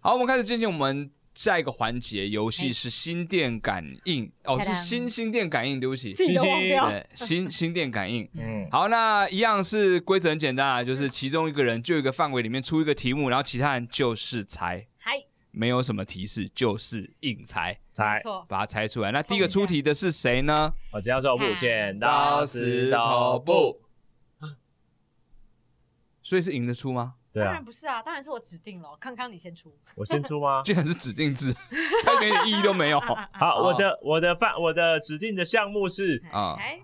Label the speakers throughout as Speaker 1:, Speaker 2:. Speaker 1: 好，我们开始进行我们下一个环节，游戏是心电感应，哦，
Speaker 2: 哎恰
Speaker 1: 是
Speaker 2: 当
Speaker 1: 心心电感应，对不起，
Speaker 2: 自己都
Speaker 3: 星
Speaker 2: 忘
Speaker 3: 星
Speaker 2: 掉。
Speaker 1: 对， 心心电感应。
Speaker 3: 嗯，
Speaker 1: 好，那一样是规则很简单啊，就是其中一个人就一个范围里面出一个题目，然后其他人就是猜，
Speaker 2: 嗨，
Speaker 1: 没有什么提示，就是硬猜，
Speaker 3: 猜
Speaker 2: 没，错，
Speaker 1: 把它猜出来。那第一个出题的是谁呢？
Speaker 3: 我今天手布，剪刀
Speaker 1: 刀
Speaker 3: 石
Speaker 1: 石
Speaker 3: 头
Speaker 1: 头
Speaker 3: 布。
Speaker 1: 布。所以是赢得出吗？
Speaker 3: 对
Speaker 2: 当
Speaker 3: 啊
Speaker 2: 然，不是啊，当然是我指定了。康康，你先出。
Speaker 3: 我先 出吗？
Speaker 1: 竟然是指定制，猜拳一点意义都没有。
Speaker 3: 好，
Speaker 1: 哦
Speaker 3: 我的我的范我的指定的项目是
Speaker 1: 啊
Speaker 2: 哎，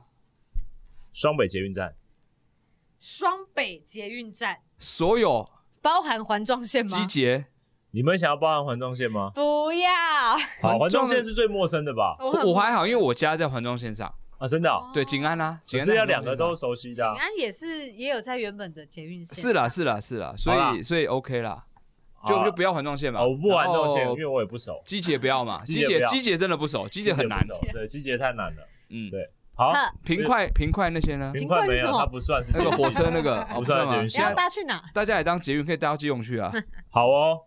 Speaker 3: 双北捷运站，
Speaker 2: 双北捷运站
Speaker 1: 所有
Speaker 2: 包含环状线吗
Speaker 1: 集？结，
Speaker 3: 你们想要包含环状线吗？
Speaker 2: 不要，
Speaker 3: 好，环状
Speaker 1: 环状
Speaker 3: 线是最陌生的吧？
Speaker 1: 我我
Speaker 2: 我
Speaker 1: 还好，因为我家在环状线上，
Speaker 3: 啊，真的哦，
Speaker 1: 对，景安啊，
Speaker 3: 只
Speaker 1: 景安
Speaker 3: 是
Speaker 1: 在
Speaker 3: 要
Speaker 1: 环状
Speaker 3: 两
Speaker 1: 线
Speaker 3: 个
Speaker 1: 上
Speaker 3: 都熟悉
Speaker 2: 景
Speaker 3: 的啊。
Speaker 2: 安也是也有在原本的捷运线。
Speaker 1: 是啦，是啦，是啦，所
Speaker 3: 好啦
Speaker 1: 以所以 OK 啦，就
Speaker 3: 好
Speaker 1: 就不要环状线嘛。
Speaker 3: 啊我不玩
Speaker 1: 然
Speaker 3: 环
Speaker 1: 后
Speaker 3: 状线，因为我也不熟。
Speaker 1: 机姐不要嘛，
Speaker 3: 机
Speaker 1: 机
Speaker 3: 姐不
Speaker 1: 姐
Speaker 3: 要
Speaker 1: 机姐真的不熟，机姐很难
Speaker 3: 机。不熟对，机捷太难了。
Speaker 1: 嗯
Speaker 3: 对，好，
Speaker 2: 呵
Speaker 1: 平快平快那些呢？
Speaker 3: 平快
Speaker 2: 平
Speaker 3: 没
Speaker 2: 快是什
Speaker 3: 有，
Speaker 2: 么
Speaker 3: 它不算是
Speaker 1: 那个火车那 个
Speaker 3: 不
Speaker 1: 哦
Speaker 3: 算
Speaker 1: 不算
Speaker 3: 捷运
Speaker 1: 吗？
Speaker 2: 然
Speaker 1: 现
Speaker 2: 后
Speaker 1: 在
Speaker 2: 搭去哪？
Speaker 1: 大家也当捷运可以搭到基隆去 啊。
Speaker 3: 好哦，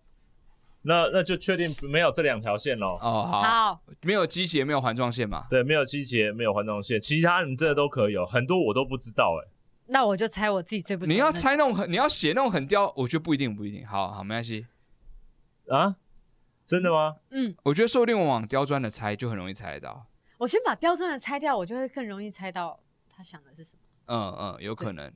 Speaker 3: 那那就确定没有这两条线喽。
Speaker 1: 哦好，
Speaker 2: 好，
Speaker 1: 没有机姐，没有环状线嘛？
Speaker 3: 对，没有季节，没有环状线，其他你这都可以哦，很多我都不知道哎。
Speaker 2: 那我就猜我自己最不熟的
Speaker 1: 你
Speaker 2: 那
Speaker 1: 要
Speaker 2: 个。
Speaker 1: 猜那种很，你要写那种很刁，我觉得不一定不一定。好好没关系，
Speaker 3: 啊，真的吗？
Speaker 2: 嗯，
Speaker 1: 我觉得说不定我往刁钻的猜就很容易猜得到。
Speaker 2: 我先把刁钻的猜掉，我就会更容易猜到他想的是什么。
Speaker 1: 嗯嗯，有可能。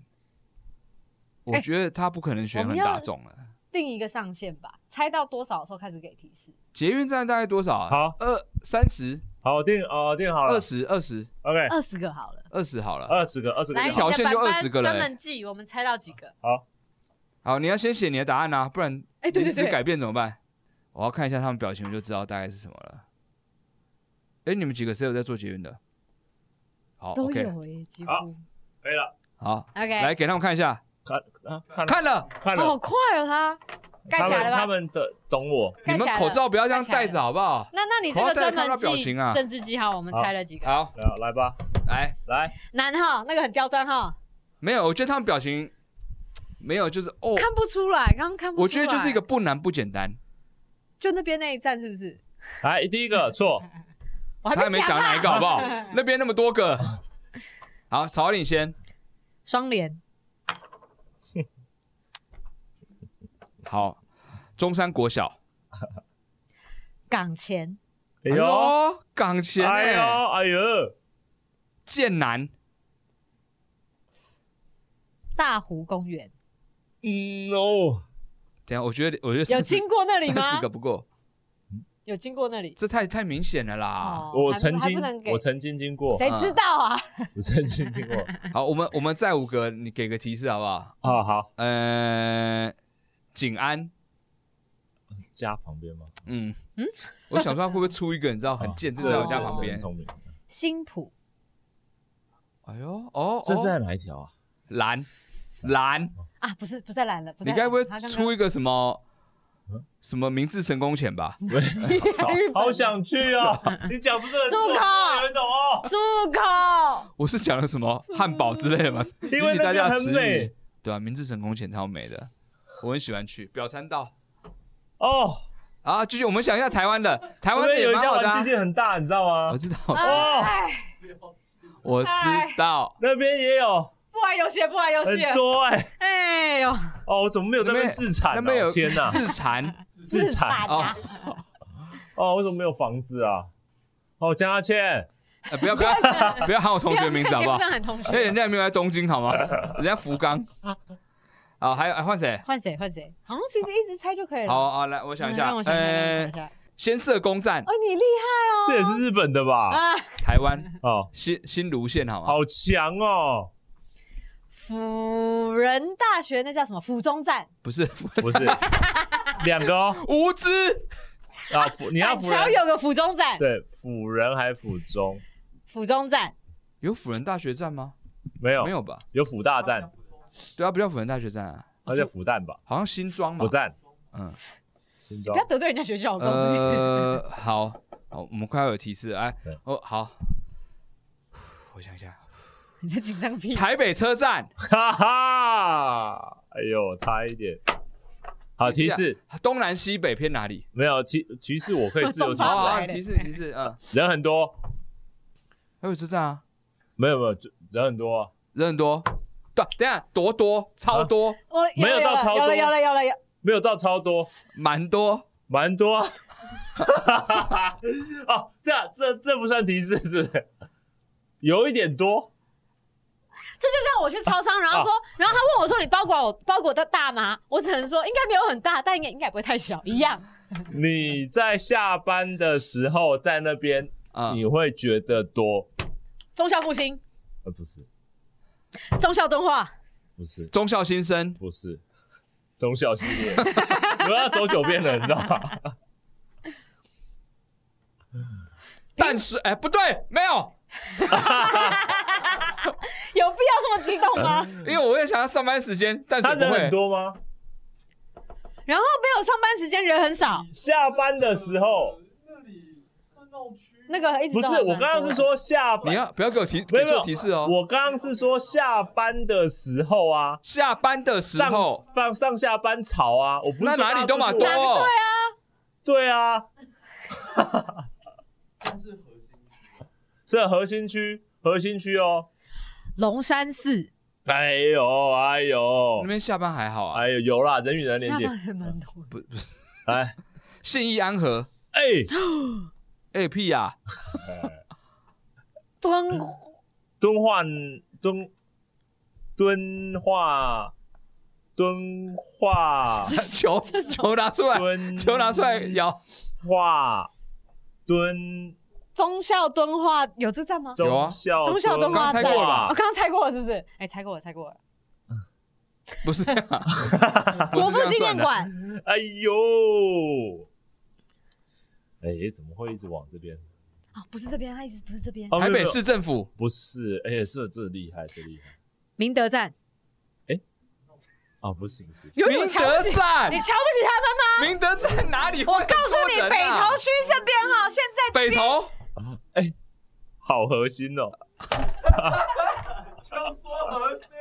Speaker 1: 我觉得他不可能选
Speaker 2: 哎我
Speaker 1: 很
Speaker 2: 们要
Speaker 1: 大众啊了。
Speaker 2: 定一个上限吧，猜到多少的时候开始给提示。
Speaker 1: 捷运站大概多少啊？
Speaker 3: 好
Speaker 1: 二三十、
Speaker 3: 好，我定哦，定好了
Speaker 1: 二十、二十、
Speaker 3: ，OK，
Speaker 2: 二十个好了，
Speaker 1: 二十哎好了。
Speaker 3: 二十个，二十个
Speaker 2: 来，
Speaker 3: 就
Speaker 1: 一
Speaker 3: 好。
Speaker 1: 条线就
Speaker 2: 你的板板
Speaker 1: 20个了
Speaker 2: 专
Speaker 1: 欸
Speaker 2: 门记，我们猜到几个？
Speaker 3: 好，
Speaker 1: 好，你要先写你的答案啊，不然
Speaker 2: 哎对对
Speaker 1: 临时
Speaker 2: 对
Speaker 1: 改变怎么办？我要看一下他们表情，我就知道大概是什么了。哎，你们几个谁有在做捷运的？好
Speaker 2: 都
Speaker 1: 哦，OK，
Speaker 2: 有诶，几乎。
Speaker 3: 好可以了，
Speaker 1: 好
Speaker 2: OK
Speaker 1: 来给他们看一下，
Speaker 3: 看啊，看了，
Speaker 1: 看了，
Speaker 3: 看
Speaker 2: 好
Speaker 3: 了，
Speaker 2: 快哦，他盖
Speaker 3: 他
Speaker 2: 起来
Speaker 3: 们
Speaker 2: 了吧？
Speaker 3: 他们的懂我，
Speaker 1: 你
Speaker 2: 盖起
Speaker 1: 们
Speaker 2: 来了
Speaker 1: 口罩不要这样
Speaker 2: 盖起来了
Speaker 1: 戴着好不好？
Speaker 2: 那那你这个专
Speaker 1: 口罩戴看不
Speaker 2: 门
Speaker 1: 到表
Speaker 2: 记
Speaker 1: 情啊
Speaker 2: 政治记号，我们猜了几个？
Speaker 1: 好，
Speaker 3: 来来吧，
Speaker 1: 来，
Speaker 3: 来，
Speaker 2: 男号那个很刁钻哈，
Speaker 1: 没有，我觉得他们表情没有，就是哦，
Speaker 2: 看不出来，刚刚看不出来。
Speaker 1: 我觉得就是一个，不难不简单。
Speaker 2: 就那边那一站是不是？
Speaker 3: 来第一 个错，
Speaker 2: 我还
Speaker 1: 他还没讲
Speaker 2: 啊
Speaker 1: 哪一个，好不 好？那边那么多个，好，曹领先。
Speaker 2: 双联
Speaker 1: 好，中山国小。
Speaker 2: 港前
Speaker 3: 哎呦，，
Speaker 1: 港前
Speaker 3: 哎呦，
Speaker 1: 哎，
Speaker 3: 哎呦，
Speaker 1: 剑南，
Speaker 2: 大湖公园
Speaker 3: 嗯哦，
Speaker 1: 等一下，我觉得，我觉得
Speaker 2: 有
Speaker 1: 三十
Speaker 2: 经过那里
Speaker 1: 三
Speaker 2: 吗
Speaker 1: 十个？不够，
Speaker 2: 有经过那里？
Speaker 1: 这太太明显了啦。
Speaker 2: 哦
Speaker 3: 我
Speaker 2: 还不
Speaker 3: 曾
Speaker 2: 还
Speaker 3: 经
Speaker 2: 不能给
Speaker 3: 我曾经经过，
Speaker 1: 嗯
Speaker 2: 谁知道啊？
Speaker 3: 我曾经经过，
Speaker 1: 好，我们我们再五个，你给个提示好不好？
Speaker 3: 啊好，
Speaker 1: 呃，景安，
Speaker 3: 家旁边吗？
Speaker 1: 嗯嗯，我想说他会不会出一个，你知道很
Speaker 2: 哦
Speaker 1: 贱，
Speaker 3: 啊
Speaker 1: 就在我家旁
Speaker 3: 很
Speaker 1: 边。
Speaker 3: 聪明，
Speaker 2: 新浦
Speaker 1: 哎呦，哦，
Speaker 3: 这是
Speaker 1: 哦
Speaker 3: 在哪一条啊？
Speaker 1: 蓝蓝，
Speaker 2: 啊，不是不再来了，不
Speaker 1: 你
Speaker 2: 再
Speaker 1: 该不会
Speaker 2: 他刚刚
Speaker 1: 出一个什么什么明治神功前
Speaker 2: 啊
Speaker 1: 吧？
Speaker 3: 好好想 去哦！你讲出这个字，
Speaker 2: 住口
Speaker 3: 我有一种哦，
Speaker 2: 住口？
Speaker 1: 我是讲了什么汉堡之类的吗？
Speaker 3: 因为
Speaker 1: 引起
Speaker 3: 那
Speaker 1: 大家
Speaker 3: 边
Speaker 1: 的
Speaker 3: 很
Speaker 1: 食
Speaker 3: 美
Speaker 1: 欲。对啊，明治神宫前超美的，我很喜欢去表参道。
Speaker 3: 哦。
Speaker 1: 啊，继续，我们想一下台湾的，台
Speaker 3: 那
Speaker 1: 湾的
Speaker 3: 边
Speaker 1: 也
Speaker 3: 有一
Speaker 1: 蛮
Speaker 3: 家
Speaker 1: 好的啊、
Speaker 3: 玩具店很大，你知道吗
Speaker 1: 我？知道，
Speaker 3: 哦，
Speaker 2: 哎
Speaker 1: 我知道，
Speaker 3: 那边也有
Speaker 2: 不玩游戏了，不玩游
Speaker 3: 很
Speaker 2: 戏了，
Speaker 3: 多哎。
Speaker 2: 哎呦，
Speaker 3: 哦，我怎么没有在那边
Speaker 1: 那边
Speaker 3: 自产
Speaker 1: 那
Speaker 3: 呢？
Speaker 1: 边有
Speaker 3: 天哪，
Speaker 1: 自残
Speaker 3: 自
Speaker 2: 产
Speaker 3: 产
Speaker 1: 哦，
Speaker 2: 啊！
Speaker 3: 哦，我怎么没有房子啊？哦，江阿倩，
Speaker 1: 呃不要不要 不要喊我同学名字好不哎好
Speaker 2: 不要在节目？上喊同
Speaker 1: 因为人
Speaker 2: 学，
Speaker 1: 家也没有在东京好吗？人家福冈。啊，还有哎换谁？
Speaker 2: 换谁换谁？好像其实一直猜就可以了。
Speaker 1: 好啊，来我想一
Speaker 2: 嗯
Speaker 1: 下
Speaker 2: 让我，想一下，让我想
Speaker 1: 呃
Speaker 2: 一，下。
Speaker 1: 先社工站，
Speaker 2: 哦，你厉
Speaker 3: 这也是日本的吧？
Speaker 2: 害啊！
Speaker 1: 台湾
Speaker 3: 哦，
Speaker 1: 新新芦县好吗？
Speaker 3: 好强哦！
Speaker 2: 辅仁大学那叫什么？府中站，
Speaker 1: 不是，
Speaker 3: 不是，两个哦
Speaker 1: 无知
Speaker 3: 啊，辅你要
Speaker 2: 板
Speaker 3: 辅
Speaker 2: 桥
Speaker 3: 仁
Speaker 2: 有个府中站，
Speaker 3: 对辅仁还是辅中？
Speaker 2: 府中站
Speaker 1: 有辅仁大学站吗？
Speaker 3: 没有
Speaker 1: 没有吧？
Speaker 3: 有辅大站，
Speaker 1: 对啊，不叫辅仁大学站啊，
Speaker 3: 而且辅蛋吧，
Speaker 1: 好像新庄嘛
Speaker 3: 辅。站，
Speaker 1: 嗯，
Speaker 3: 新
Speaker 2: 不
Speaker 3: 庄
Speaker 2: 要得罪人家学校，我告诉你。
Speaker 1: 呃，好，好，我们快要有提示了，哎
Speaker 3: 对，
Speaker 1: 哦，好，我想一下，
Speaker 2: 你在紧张屁？
Speaker 1: 台北车站，
Speaker 3: 哈哈，哎呦，差一点。好，
Speaker 1: 提
Speaker 3: 提
Speaker 1: 示啊
Speaker 3: 示
Speaker 1: 东南西北偏哪里？
Speaker 3: 没有提提示，我可以自由
Speaker 1: 好
Speaker 2: 送他
Speaker 3: 提示，
Speaker 1: 好
Speaker 2: 出
Speaker 1: 好，
Speaker 2: 来嘞
Speaker 1: 提示提示，嗯，
Speaker 3: 人很多，
Speaker 1: 还有车站啊，
Speaker 3: 没有没有，就人很多啊，
Speaker 1: 人很多，对，啊等一下多多超多，
Speaker 2: 我
Speaker 3: 没有
Speaker 2: 哦有
Speaker 3: 到
Speaker 2: 了
Speaker 3: 超
Speaker 2: 有
Speaker 3: 多
Speaker 2: 了有了有了有了，
Speaker 3: 没有到超多，
Speaker 1: 蛮多，
Speaker 3: 蛮多啊。 哦，这样这这不算提示，是不是？有一点多，
Speaker 2: 这就像我去超
Speaker 1: 啊
Speaker 2: 商，然后说，然后他问我说你包裹包裹的大吗？我只能说应该没有很大，但应该应该也不会太小，一样。
Speaker 3: 你在下班的时候在那边，
Speaker 1: 啊，
Speaker 3: 你会觉得多，
Speaker 2: 中校复兴，
Speaker 3: 呃，不是，
Speaker 2: 中校敦化，
Speaker 3: 不是，
Speaker 1: 忠孝新生，
Speaker 3: 不是，中小系 列，我要走九遍了，你知道 吗？
Speaker 1: 淡水，哎，不对，没有，
Speaker 2: 有必要这么激 动吗？
Speaker 1: 因为我也想要上班时间，淡水
Speaker 3: 他
Speaker 1: 不
Speaker 3: 人很
Speaker 1: 会，
Speaker 3: 多吗？
Speaker 2: 然后没有上班时间，人很少，
Speaker 3: 下班的时候
Speaker 4: 那里算闹区，
Speaker 2: 那个一直
Speaker 3: 不是，
Speaker 2: 都还蛮
Speaker 3: 我刚刚是
Speaker 2: 多的，
Speaker 3: 说下
Speaker 1: 你
Speaker 3: 班，
Speaker 1: 要不要给我提
Speaker 3: 没
Speaker 1: 给
Speaker 3: 有没
Speaker 1: 出
Speaker 3: 有
Speaker 1: 提示哦？
Speaker 3: 我刚刚是说下班的时候啊，
Speaker 1: 下班的时
Speaker 3: 上
Speaker 1: 候，
Speaker 3: 上上下班吵啊，我不是
Speaker 1: 那
Speaker 3: 说
Speaker 1: 哪里
Speaker 3: 大家
Speaker 1: 都嘛
Speaker 3: 出去
Speaker 1: 多，
Speaker 3: 玩
Speaker 2: 啊
Speaker 3: 对啊，
Speaker 4: 但是核心
Speaker 3: 是核心区，核心区哦。
Speaker 2: 龙山寺，
Speaker 3: 哎呦，哎呦
Speaker 1: 那，边下班还好啊，
Speaker 3: 哎呦，有啦，人与人连
Speaker 2: 那
Speaker 3: 接
Speaker 2: 帮。人蛮多的。
Speaker 1: 不不是，
Speaker 3: 哎
Speaker 1: 信义安和，
Speaker 3: 哎，
Speaker 1: 哎屁呀，
Speaker 2: 敦
Speaker 3: 敦化敦敦化敦 化
Speaker 1: 球
Speaker 2: 这是什
Speaker 1: 球拿出来，
Speaker 3: 敦
Speaker 1: 球拿出来摇，
Speaker 3: 化敦
Speaker 2: 中校敦化有这站吗？
Speaker 1: 有啊
Speaker 3: 中校
Speaker 2: 中校敦
Speaker 1: 刚
Speaker 2: 化
Speaker 1: 才
Speaker 2: 站，
Speaker 1: 过了吧
Speaker 2: 我刚刚猜过了是不是？哎，猜过了，猜过了。
Speaker 1: 不是 啊，不
Speaker 2: 国
Speaker 1: 是
Speaker 2: 父
Speaker 1: 这样
Speaker 2: 纪
Speaker 1: 算
Speaker 2: 念
Speaker 1: 的，
Speaker 2: 馆，
Speaker 3: 哎呦，哎，怎么会一直往这边？
Speaker 2: 哦，不是这边，他一直不是这边。
Speaker 3: 哦
Speaker 1: 台
Speaker 3: 没有没
Speaker 1: 北
Speaker 3: 有
Speaker 1: 市政府
Speaker 3: 不是？哎，这这厉害，这厉害
Speaker 2: 明德站
Speaker 3: 啊！不行，不行，
Speaker 2: 有什
Speaker 1: 明
Speaker 2: 么瞧
Speaker 1: 德
Speaker 2: 不起？
Speaker 1: 站
Speaker 2: 你，瞧不起他们吗？
Speaker 1: 明德站哪里会
Speaker 2: 我
Speaker 1: 很多人啊？
Speaker 2: 告诉你，北投区这边哈，现在
Speaker 1: 北投
Speaker 3: 好核心哦。
Speaker 4: 要说核心，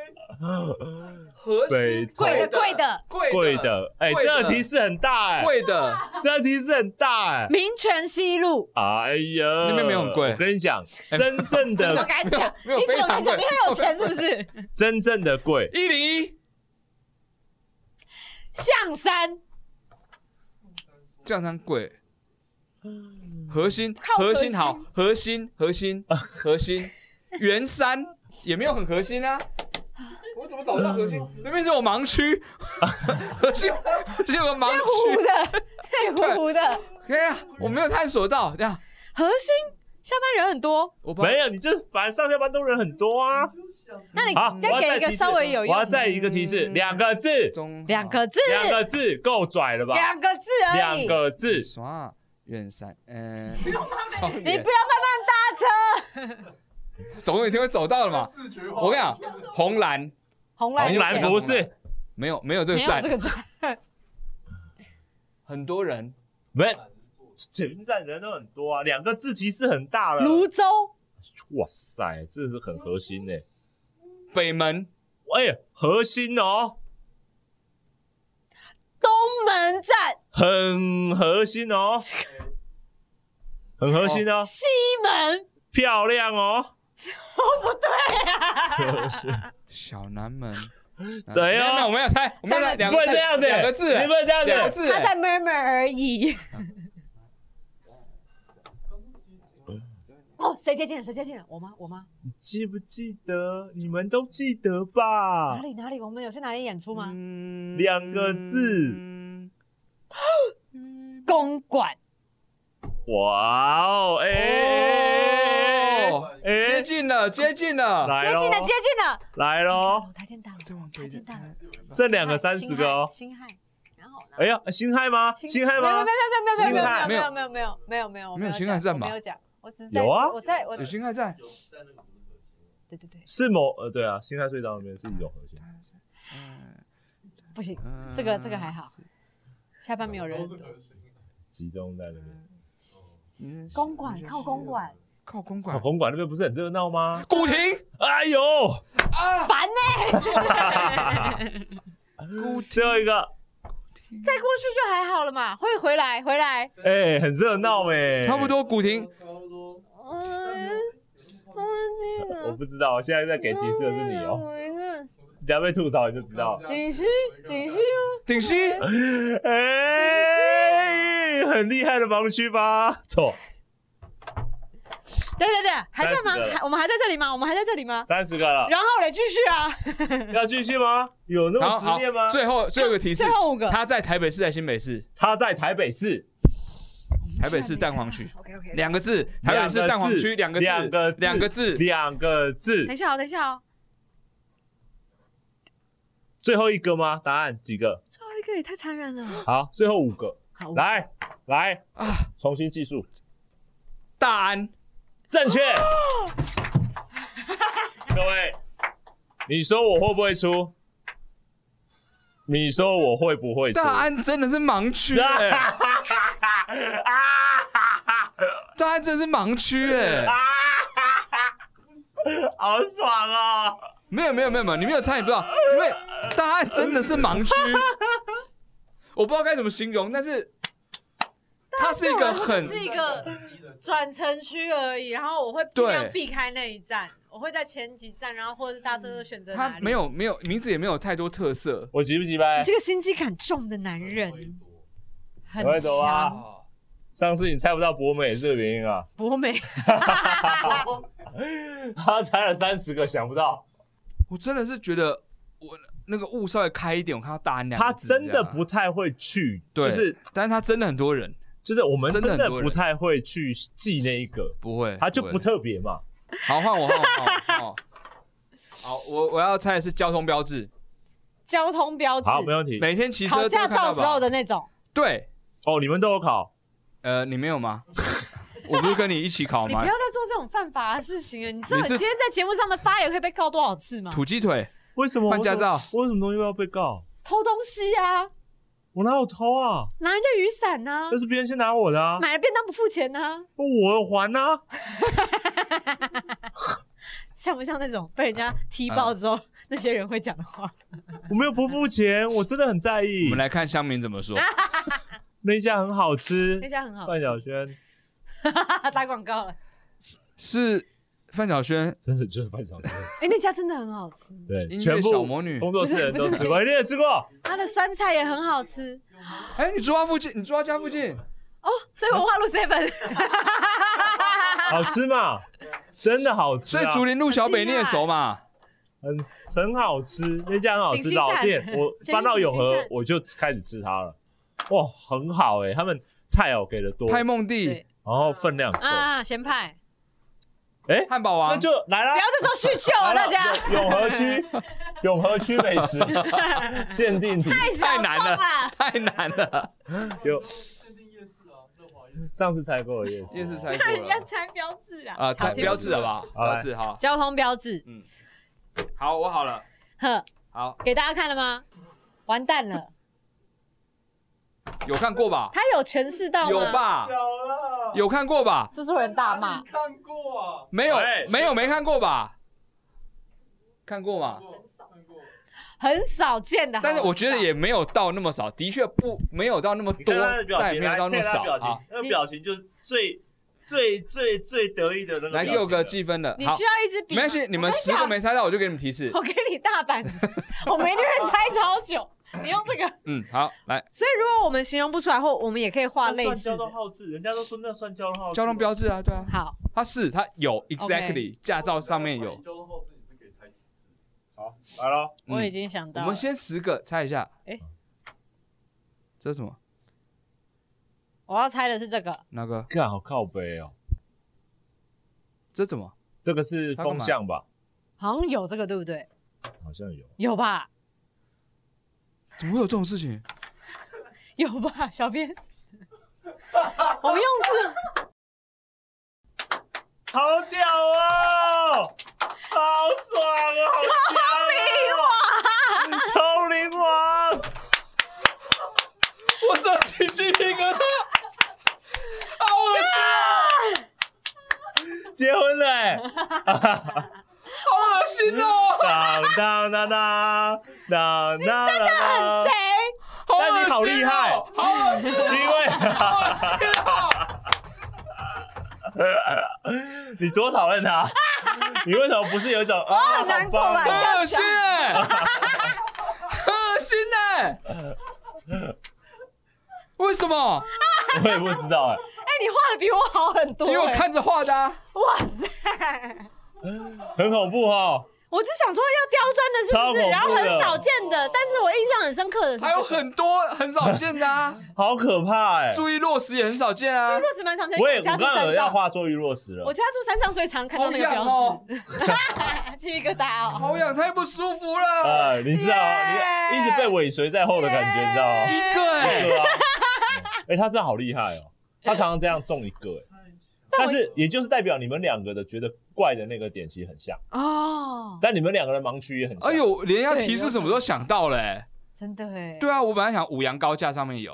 Speaker 1: 核
Speaker 3: 北
Speaker 1: 心
Speaker 3: 投
Speaker 1: 贵
Speaker 2: 贵的贵的
Speaker 1: 贵
Speaker 3: 贵的，哎、
Speaker 1: 贵
Speaker 3: 这
Speaker 1: 的
Speaker 3: 个提示很大哎、
Speaker 1: 贵的，
Speaker 3: 这个提示很大哎、
Speaker 2: 民权西路，
Speaker 3: 哎呀，
Speaker 1: 那边没有很贵哎
Speaker 3: 我跟你讲，真正
Speaker 2: 你怎么
Speaker 3: 的
Speaker 2: 敢讲？
Speaker 1: 没有
Speaker 2: 你怎么敢讲？
Speaker 1: 没有非常贵
Speaker 2: 你很有钱是 不是？
Speaker 3: 真正的贵，
Speaker 1: 一零一
Speaker 2: 象山
Speaker 1: 降山贵。核心，
Speaker 2: 靠
Speaker 1: 核
Speaker 2: 核
Speaker 1: 心
Speaker 2: 心
Speaker 1: 好，核心，核心，核心，圆山也没有很核心啊。我怎么找不到核心？那边是有盲 区，核心核心有个盲区。
Speaker 2: 糊的，太糊糊的。
Speaker 1: 对啊，我没有探索到。这样，
Speaker 2: 核心下班人很多，
Speaker 1: 我不
Speaker 3: 没有，你就反正上下班都人很多啊。
Speaker 4: 就想
Speaker 2: 那你
Speaker 3: 好，
Speaker 2: 再
Speaker 3: 我要
Speaker 2: 给一
Speaker 3: 提
Speaker 2: 个
Speaker 3: 示
Speaker 2: 稍微有
Speaker 3: 我
Speaker 2: 用嗯
Speaker 3: 要
Speaker 2: 的
Speaker 3: 再一个提示，两个字，
Speaker 1: 中
Speaker 2: 两个字，
Speaker 3: 两个字够拽了吧？
Speaker 2: 两个字而
Speaker 3: 两
Speaker 2: 已。
Speaker 3: 个字，
Speaker 1: 耍远山，嗯，双
Speaker 2: 你不要慢
Speaker 1: 眼
Speaker 2: 慢搭车。
Speaker 1: 总有一天会走到的嘛。
Speaker 4: 视觉化，
Speaker 1: 啊我跟你讲，红蓝
Speaker 2: 红蓝
Speaker 3: 红蓝
Speaker 2: 线
Speaker 3: 不是，
Speaker 1: 没有没有这个
Speaker 2: 没有
Speaker 1: 站
Speaker 2: 这，个站，
Speaker 1: 很多人
Speaker 3: 没前站人都很多啊，两个字提示很大了。
Speaker 2: 泸州
Speaker 3: 哇塞，这是很核心呢、
Speaker 1: 北门
Speaker 3: 哎、核心哦，
Speaker 2: 东门站
Speaker 3: 很核心哦，很核心哦，
Speaker 2: 西门，
Speaker 3: 漂亮哦。哦，不对呀、
Speaker 1: 小南门。
Speaker 3: 谁
Speaker 1: 没有没有，我
Speaker 3: 哦？
Speaker 1: 们要猜，我们要猜
Speaker 2: 三
Speaker 1: 两
Speaker 3: 不
Speaker 1: 个字
Speaker 3: 能这样子，
Speaker 1: 两个字，
Speaker 3: 你不能这样
Speaker 1: 两个
Speaker 3: 子。
Speaker 1: 字，
Speaker 2: 他在 murmur 而已。哦，谁接近了？谁接近了？我吗？我吗？
Speaker 3: 你记不记得？你们都记得吧
Speaker 2: 哪？里哪里？我们有去哪里演出吗？
Speaker 1: 嗯
Speaker 3: 两个字嗯
Speaker 2: 公馆
Speaker 3: 哇哦，哎
Speaker 1: 哦，接
Speaker 3: 哎，
Speaker 1: 近了，接近了，
Speaker 2: 接
Speaker 3: 来
Speaker 2: 近了，接
Speaker 3: 喽，
Speaker 2: 近了。哦
Speaker 3: 来喽，
Speaker 2: 台天大楼，
Speaker 1: 再往
Speaker 2: 台
Speaker 1: 北一
Speaker 2: 天
Speaker 1: 点，
Speaker 2: 大楼，
Speaker 3: 剩哦两个三十个哦。
Speaker 2: 星汉，然后
Speaker 3: 哎呀，辛亥吗？辛亥吗
Speaker 2: 没？有没有没有没有没有没有没有没有没有没有
Speaker 1: 没有辛亥站吧
Speaker 2: 没有讲，我只是在
Speaker 3: 有啊
Speaker 2: 我在我
Speaker 1: 有新开在，
Speaker 4: 有，但那个不是核心，
Speaker 2: 对对对，
Speaker 3: 是某呃，对啊，辛亥隧道那边是一种核心。
Speaker 2: 不行，
Speaker 1: 嗯
Speaker 2: 这个这个还好，下班没有人
Speaker 4: 都是。核心。
Speaker 3: 集中在那边。
Speaker 1: 嗯
Speaker 2: 公馆靠公，馆，
Speaker 1: 靠公
Speaker 3: 考
Speaker 1: 馆，
Speaker 3: 哦红馆那边不是很热闹吗？
Speaker 1: 古亭
Speaker 3: 哎呦，
Speaker 1: 啊，
Speaker 2: 烦呢、
Speaker 3: 最后一个
Speaker 2: 再过去就还好了嘛，会回来回来。
Speaker 3: 哎，很热闹哎，
Speaker 1: 差不。多古亭
Speaker 4: 差不多，但没有
Speaker 2: 嗯，中间
Speaker 3: 我
Speaker 2: 呢？
Speaker 3: 不知道，现在在给提示的是你哦，
Speaker 2: 哦。
Speaker 3: 你要被吐槽你就知道。
Speaker 2: 景熙，景熙，
Speaker 1: 顶溪，
Speaker 3: 哎，很厉害的盲区吧？错，
Speaker 2: 等等等，还在吗？
Speaker 3: 30个了
Speaker 2: 还我们还在这里吗？我们还在这里吗？
Speaker 3: 三十个了，
Speaker 2: 然后嘞，继续啊，
Speaker 3: 要继续吗？有那
Speaker 1: 然
Speaker 3: 么
Speaker 1: 后
Speaker 3: 执
Speaker 1: 好
Speaker 3: 念吗，？
Speaker 1: 最后最后一个提示
Speaker 2: 最，后五个，
Speaker 1: 他在台北市还是新北市？
Speaker 3: 他在台北市，
Speaker 1: 台北市蛋黄区，
Speaker 2: OK OK。
Speaker 1: 两个字，台北市蛋黄区两
Speaker 3: 两
Speaker 1: 个
Speaker 3: 个
Speaker 1: 字，
Speaker 3: 字两个字
Speaker 1: 两个字，
Speaker 3: 两个字
Speaker 2: 等一，下哦，等一下哦，
Speaker 3: 最后一个吗？答案几个？
Speaker 2: 最啊后一个也太残忍了。
Speaker 3: 好，最后五个，
Speaker 2: 好，
Speaker 3: 来来
Speaker 1: 啊
Speaker 3: 重新计数，
Speaker 1: 大安。
Speaker 3: 正确。各位，你说我会不会出？你说我会不会出？
Speaker 1: 大安真的是盲区、欸，大安真的是盲区哎、
Speaker 3: 好爽哦！
Speaker 1: 没有没有没有没有，你没有猜你不知道，因为大安真的是盲 区，我不知道该怎么形容，但是它是一个很
Speaker 2: 是一个转乘区而已，然后我会尽量避开那一站，我会在前几站，然后或者是大车都选择哪
Speaker 1: 它
Speaker 2: 里。
Speaker 1: 没，有没有名字也没有太多特色
Speaker 3: 我急不急呗
Speaker 2: 你？这个心机感重的男人很
Speaker 3: 我会走啊
Speaker 2: 强，
Speaker 1: 哦，
Speaker 3: 上次你猜不到博美是这个原因啊，
Speaker 2: 博美。
Speaker 3: 他猜了三十个，想不到，
Speaker 1: 我真的是觉得我那个雾稍微开一点，我看到大安两
Speaker 3: 他
Speaker 1: 个字
Speaker 3: 真
Speaker 1: 这
Speaker 3: 的
Speaker 1: 样
Speaker 3: 不太会去，
Speaker 1: 对，
Speaker 3: 就是，
Speaker 1: 但是他真的很多人
Speaker 3: 就是我们
Speaker 1: 真
Speaker 3: 真
Speaker 1: 的很
Speaker 3: 的
Speaker 1: 多
Speaker 3: 不
Speaker 1: 人
Speaker 3: 太会去记那一个，
Speaker 1: 不会，
Speaker 3: 他就
Speaker 1: 会
Speaker 3: 不特别嘛。
Speaker 1: 好，换我，换我，换我换我。好，我我要猜的是交通标志，
Speaker 2: 交通标志，
Speaker 3: 好，没问题。
Speaker 1: 每天骑车
Speaker 2: 考
Speaker 1: 都
Speaker 2: 驾
Speaker 1: 看到
Speaker 2: 照
Speaker 1: 吧
Speaker 2: 时候的那种。
Speaker 1: 对，
Speaker 3: 哦，你们都有考，
Speaker 1: 呃，你没有吗？我不是跟你一起考
Speaker 2: 你不
Speaker 1: 吗
Speaker 2: 要？再做这种犯法的事情了！你知道
Speaker 1: 你
Speaker 2: 你
Speaker 1: 是
Speaker 2: 今天在节目上的发言可以被告多少次吗？
Speaker 1: 土鸡腿，
Speaker 3: 为什么
Speaker 1: 换驾照
Speaker 3: 我为什么东西要被告？
Speaker 2: 偷东西啊，
Speaker 3: 我哪有偷啊？
Speaker 2: 拿人家雨伞呐、
Speaker 3: 那是别人先拿我的啊，
Speaker 2: 买了便当不付钱呐、
Speaker 3: 我有还啊。
Speaker 2: 像不像那种被人家踢爆之后、
Speaker 1: 啊
Speaker 2: 那些人会讲 的话？
Speaker 3: 我没有不付 钱，我真的很在
Speaker 1: 我
Speaker 3: 意
Speaker 1: 们。来看乡民怎么说。
Speaker 3: 那家很好吃
Speaker 2: 那，家很好吃，
Speaker 3: 范晓萱
Speaker 2: 打广告了。
Speaker 1: 是范晓萱
Speaker 3: 真的就是范晓萱，
Speaker 2: 哎、那家真的很好吃，
Speaker 3: 对，
Speaker 1: 音
Speaker 3: 全
Speaker 1: 乐
Speaker 3: 部
Speaker 1: 小魔女。
Speaker 3: 工作室人都
Speaker 2: 不是不是
Speaker 3: 吃过，你也 吃过，
Speaker 2: 它的酸菜也很好吃
Speaker 1: 哎，你住他附近，你住他家附近，
Speaker 2: 哦。所以文化 路 seven
Speaker 3: 好吃嘛？真的好吃
Speaker 1: 所以
Speaker 3: 啊，
Speaker 1: 竹林路小北你也熟嘛？
Speaker 2: 啊
Speaker 3: 很很好吃，那家很好
Speaker 2: 顶
Speaker 3: 吃，
Speaker 2: 新
Speaker 3: 老
Speaker 2: 菜
Speaker 3: 店。 我
Speaker 2: 先去
Speaker 3: 搬到
Speaker 2: 顶
Speaker 3: 永
Speaker 2: 新
Speaker 3: 和
Speaker 2: 菜，
Speaker 3: 我就开始吃它了。哇，很好哎，他们菜哦给的多，
Speaker 1: 拍
Speaker 3: 然
Speaker 1: 梦地
Speaker 2: 对、
Speaker 3: 后分量够，
Speaker 1: 哦
Speaker 2: 啊，咸派，
Speaker 1: 汉堡
Speaker 3: 那
Speaker 1: 王，
Speaker 3: 就来啦
Speaker 2: 不要。这时候酗酒
Speaker 3: 来
Speaker 2: 啊，
Speaker 3: 啦
Speaker 2: 大家。
Speaker 3: 永永 和区，永和区美食限定题。
Speaker 2: 太小
Speaker 1: 太难了
Speaker 2: 众了，
Speaker 1: 太难 了，
Speaker 3: 有
Speaker 4: 限定夜市啊，乐华夜市。
Speaker 3: 上次猜过的夜市，
Speaker 1: 夜市猜
Speaker 2: 那 人
Speaker 1: 过
Speaker 2: 家
Speaker 1: 了
Speaker 2: 猜标志啊。
Speaker 1: 啊，猜
Speaker 2: 好听
Speaker 1: 标志好不好？
Speaker 3: 好来
Speaker 1: 标志好，
Speaker 2: 交通标志，
Speaker 1: 好，我好了，
Speaker 2: 呵，
Speaker 1: 好，
Speaker 2: 给大家看了吗？完蛋了，
Speaker 1: 有看过吧？
Speaker 2: 他有诠释到吗？
Speaker 1: 有？吧？
Speaker 4: 小了，
Speaker 1: 啊有看过吧？
Speaker 2: 制作人大骂
Speaker 4: 你，看过啊？
Speaker 1: 没有
Speaker 3: 喂，
Speaker 1: 没有，没看过吧？看过吗？
Speaker 4: 看过，
Speaker 2: 很少见的。
Speaker 1: 但是
Speaker 2: 好不好
Speaker 1: 我觉得也没有到那么少，的确不没有到那么
Speaker 5: 你
Speaker 1: 多
Speaker 5: 看他的，表
Speaker 1: 但
Speaker 5: 情，
Speaker 1: 也没有
Speaker 5: 来
Speaker 1: 到那
Speaker 5: 看他
Speaker 1: 么
Speaker 5: 的表
Speaker 1: 少啊
Speaker 5: 情。，那个表情就是最最最最得意的那个表
Speaker 1: 来
Speaker 5: 情了。
Speaker 1: 六个计分的，
Speaker 2: 你
Speaker 1: 好
Speaker 2: 需，要一支笔
Speaker 1: 没
Speaker 2: 吗，
Speaker 1: 关系，你们十个没猜到，我就给你们提示。
Speaker 2: 我跟你大板子， 我们一定会猜超久。你用这个，
Speaker 1: 嗯，好，来，
Speaker 2: 所以如果我们形容不出来后，我们也可以画
Speaker 5: 那
Speaker 2: 类
Speaker 5: 算
Speaker 2: 似
Speaker 5: 交
Speaker 2: 的。
Speaker 5: 通号志，人家都说那算交通号志。
Speaker 1: 交通标志啊，对啊，
Speaker 2: 好，
Speaker 1: 它是它有 exactly 驾照上面有。
Speaker 4: 交通号志，你是可以猜几次？
Speaker 5: 好，来喽，
Speaker 2: 我已
Speaker 1: 嗯，
Speaker 2: 经想
Speaker 1: 我
Speaker 2: 到了。
Speaker 1: 们先十个猜一下。
Speaker 2: 诶
Speaker 1: 这是什么？
Speaker 2: 我要猜的是这个，
Speaker 1: 哪个？
Speaker 3: 看好靠北哦。
Speaker 1: 这怎么？
Speaker 3: 这个是风向吧？
Speaker 2: 好像有这个，对不对？
Speaker 3: 好像有。
Speaker 2: 有吧？
Speaker 1: 怎么会有这种事情？
Speaker 2: 有吧？小编，我们用字
Speaker 5: 好屌哦，好爽哦，好 屌哦！通灵王，
Speaker 1: 我这起鸡皮疙瘩，好恶心啊！
Speaker 3: 结婚了哎！
Speaker 1: 好恶心哦！
Speaker 3: 当当当当当当当！
Speaker 2: 谁？
Speaker 1: 好
Speaker 2: 哎
Speaker 3: 但你好厉
Speaker 1: 哦，好恶心
Speaker 3: 因为
Speaker 2: 哦
Speaker 1: 啊！
Speaker 3: 你多讨厌他，你为什么不是有一种啊
Speaker 2: 很难
Speaker 3: 好
Speaker 2: 过
Speaker 3: 棒
Speaker 2: 吧
Speaker 3: 哦
Speaker 1: 恶心哎，恶心哎！为什么？
Speaker 3: 我也不知道哎。
Speaker 2: 哎，你画的比我好很多、
Speaker 1: 因为我
Speaker 2: 哎
Speaker 1: 看着画的啊。
Speaker 2: 哇塞！
Speaker 3: 很恐怖哦，
Speaker 2: 我只想说要刁钻的，是不是？然
Speaker 3: 超恐
Speaker 2: 后
Speaker 3: 怖的
Speaker 2: 很少见的，但是我印象很深刻的是、這個，
Speaker 1: 还有很多很少见的啊，
Speaker 3: 好可怕哎！
Speaker 1: 注意落石也很少见啊。
Speaker 2: 落石蛮常见。
Speaker 3: 我也
Speaker 2: 我
Speaker 3: 我
Speaker 2: 家
Speaker 3: 刚
Speaker 2: 住
Speaker 3: 刚有
Speaker 2: 山
Speaker 3: 要
Speaker 2: 上，
Speaker 3: 画坐玉落石了
Speaker 2: 我，家住山上，所以常看到
Speaker 1: 好
Speaker 2: 那个
Speaker 1: 痒
Speaker 2: 标
Speaker 1: 哦，
Speaker 2: 志， 鸡皮疙瘩哦。
Speaker 1: 好痒，太不舒服了。
Speaker 3: 呃，你知道哦，你一直被尾随在后的感觉，你知道吗？
Speaker 1: 一个哎，
Speaker 3: 对啊，哎，他真的好厉害哦，他常常这样中一个哎，但是也就是代表你们两个的觉得怪的那个点其实很像，
Speaker 2: 哦，
Speaker 3: 但你们两个人盲区也很像。
Speaker 1: 哎，呦，连要提示什么都想到了欸。
Speaker 2: 真的哎。
Speaker 1: 对啊，我本来想五羊高架上面有，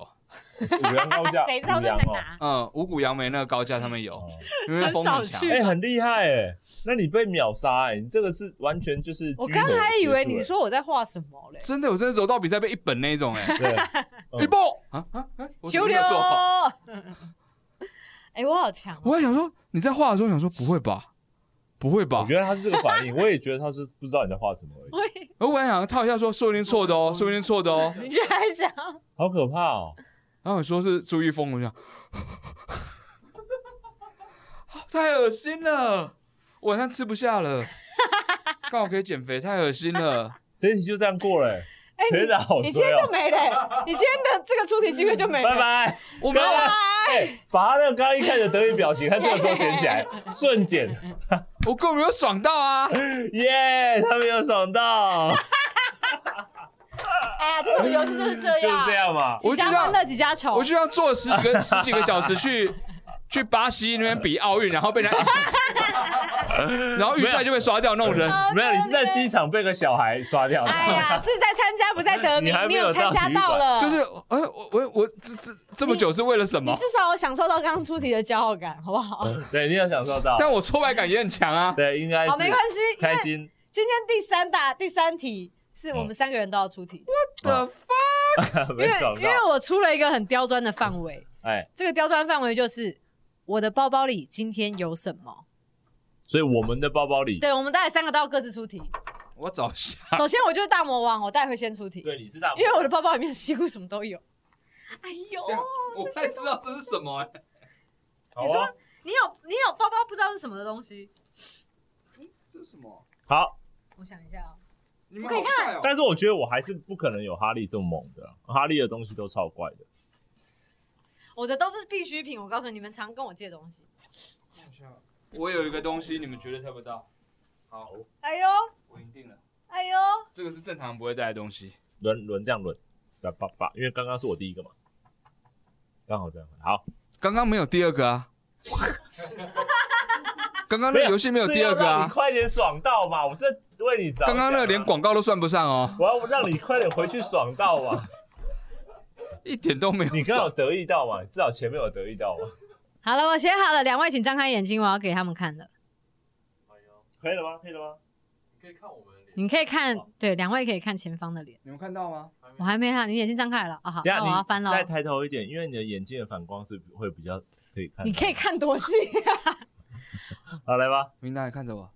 Speaker 3: 五羊高架，
Speaker 2: 啊 谁知道
Speaker 3: 五
Speaker 2: 那
Speaker 3: 羊
Speaker 2: 在
Speaker 3: 哦。
Speaker 2: 哪？
Speaker 1: 嗯，五谷杨梅那个高架上面有，
Speaker 3: 哦
Speaker 1: 因为风很强
Speaker 2: 很少。去
Speaker 3: 哎，很厉害哎！那你被秒杀哎，你这个是完全就是
Speaker 2: 我
Speaker 3: 居人
Speaker 2: 刚还以为
Speaker 3: 结束
Speaker 2: 你
Speaker 3: 哎
Speaker 2: 说我在画什么嘞？
Speaker 1: 真的，我真的柔道比赛被一本那一种哎，
Speaker 3: 对，嗯
Speaker 1: 一爆啊啊啊！我怎么没有做好，
Speaker 2: 哎，我好强哦！
Speaker 1: 我还想说你在画的时候想说不会吧，不会吧
Speaker 3: 我觉？得他是这个反应，我也觉得他是不知道你在画什么而已，
Speaker 2: 我
Speaker 1: 我本来想套一下说说不定错的哦，说不定错的哦。
Speaker 2: 你居然想
Speaker 3: 好可怕哦！
Speaker 1: 然后你说是朱一峰，我就想， 太恶心了，晚上吃不下了，刚好可以减肥，太恶心了。
Speaker 3: 这一题就这样过了欸，
Speaker 2: 哎，
Speaker 3: 谁的好
Speaker 2: 你你今
Speaker 3: 衰
Speaker 2: 天就
Speaker 3: 哦？
Speaker 2: 没 了，你今天的这个出题机会就没了。
Speaker 3: 拜拜，
Speaker 1: 我啊
Speaker 3: 拜
Speaker 1: 们
Speaker 3: 拜！哎，把他那个刚刚一开始的得意表情，他这个时候捡 起来，瞬间，
Speaker 1: 我根本没有爽到啊！
Speaker 3: 耶，他没有爽到，
Speaker 2: 哎呀，这种游戏就是这样，
Speaker 3: 就是这样嘛。
Speaker 2: 几家欢乐几家愁
Speaker 1: 我。就要坐十几个十几个小时去去巴西那边比奥运，然后被人家， 然后预赛就被刷掉那种人，
Speaker 2: 哦
Speaker 3: 没有，你是在机场被个小孩刷掉的。
Speaker 2: 哎呀，志在参加，不在得
Speaker 3: 你
Speaker 2: 名
Speaker 3: 还，
Speaker 2: 没
Speaker 3: 没有
Speaker 2: 有参加到了，
Speaker 1: 就是哎、我我我这这这么久是为了什
Speaker 2: 你
Speaker 1: 么
Speaker 2: 至？少有享受到刚刚出题的骄傲感，好不好？
Speaker 3: 对，你有享受到，
Speaker 1: 但我挫败感也很强啊！
Speaker 3: 对，应该是
Speaker 2: 好，没关系，因
Speaker 3: 开
Speaker 2: 为
Speaker 3: 心。
Speaker 2: 今天第三大第三题是我们三个人都要出题，
Speaker 1: 的
Speaker 2: 因
Speaker 3: 没
Speaker 2: 为
Speaker 3: 爽
Speaker 2: 因
Speaker 3: 到。
Speaker 2: 为我出了一个很刁钻的范围，
Speaker 3: 哎，
Speaker 2: 这个刁钻范围就是我的包包里今天有什么？
Speaker 3: 所以我们的包包里，
Speaker 2: 对，我们大概三个都要各自出题。
Speaker 1: 我找一下，
Speaker 2: 首先我就是大魔王，我待会先出题，
Speaker 3: 对，你是大魔
Speaker 2: 因为我的包包里面几乎什么都有。哎呦，
Speaker 1: 我才知道这是什么哎、
Speaker 3: 王。
Speaker 2: 你
Speaker 3: 好
Speaker 2: 说
Speaker 3: 啊
Speaker 2: 你有你有包包不知道是什么的东西？
Speaker 1: 这是什么？啊
Speaker 3: 好，
Speaker 2: 我想一下啊，
Speaker 1: 你
Speaker 2: 们好快
Speaker 1: 哦
Speaker 3: 但是我觉得我还是不可能有哈利这么猛的啊，哈利的东西都超怪的。
Speaker 2: 我的都是必需品。我告诉你，你们常跟我借东西。
Speaker 1: 我有一个东西，你们绝对猜不到。好，
Speaker 2: 哎呦，
Speaker 1: 我赢定了。
Speaker 2: 哎呦，
Speaker 1: 这个是正常人不会带的东西。
Speaker 3: 轮轮这样轮，叭叭叭，因为刚刚是我第一个嘛，刚好这样。好，
Speaker 1: 刚刚没有第二个 啊。刚刚那个游戏没有第二个
Speaker 3: 这要让你
Speaker 1: 啊。
Speaker 3: 快点爽到嘛！我是在为你着想啊
Speaker 1: 刚刚那个连，广告都算不上哦，
Speaker 3: 我要让你快点回去爽到嘛！
Speaker 1: 一点都没有。
Speaker 3: 你刚好得意到嘛？至少前面有得意到嘛？
Speaker 2: 好了，我写好了，两位请张开眼睛，我要给他们看了。
Speaker 4: 哎呦，
Speaker 3: 可以了吗？可以了吗？
Speaker 4: 你可以看我们的脸，啊
Speaker 2: 你可以看，对，两位可以看前方的脸。
Speaker 1: 你们看到吗？
Speaker 2: 我还没看，你眼睛张开来了啊、好，
Speaker 3: 等一
Speaker 2: 那我要
Speaker 3: 下
Speaker 2: 翻
Speaker 3: 你
Speaker 2: 了。
Speaker 3: 再抬头一点，因为你的眼睛的反光是会比较可以看。
Speaker 2: 你可以，看多细、
Speaker 3: 好来吧。
Speaker 1: 明达，你看着我。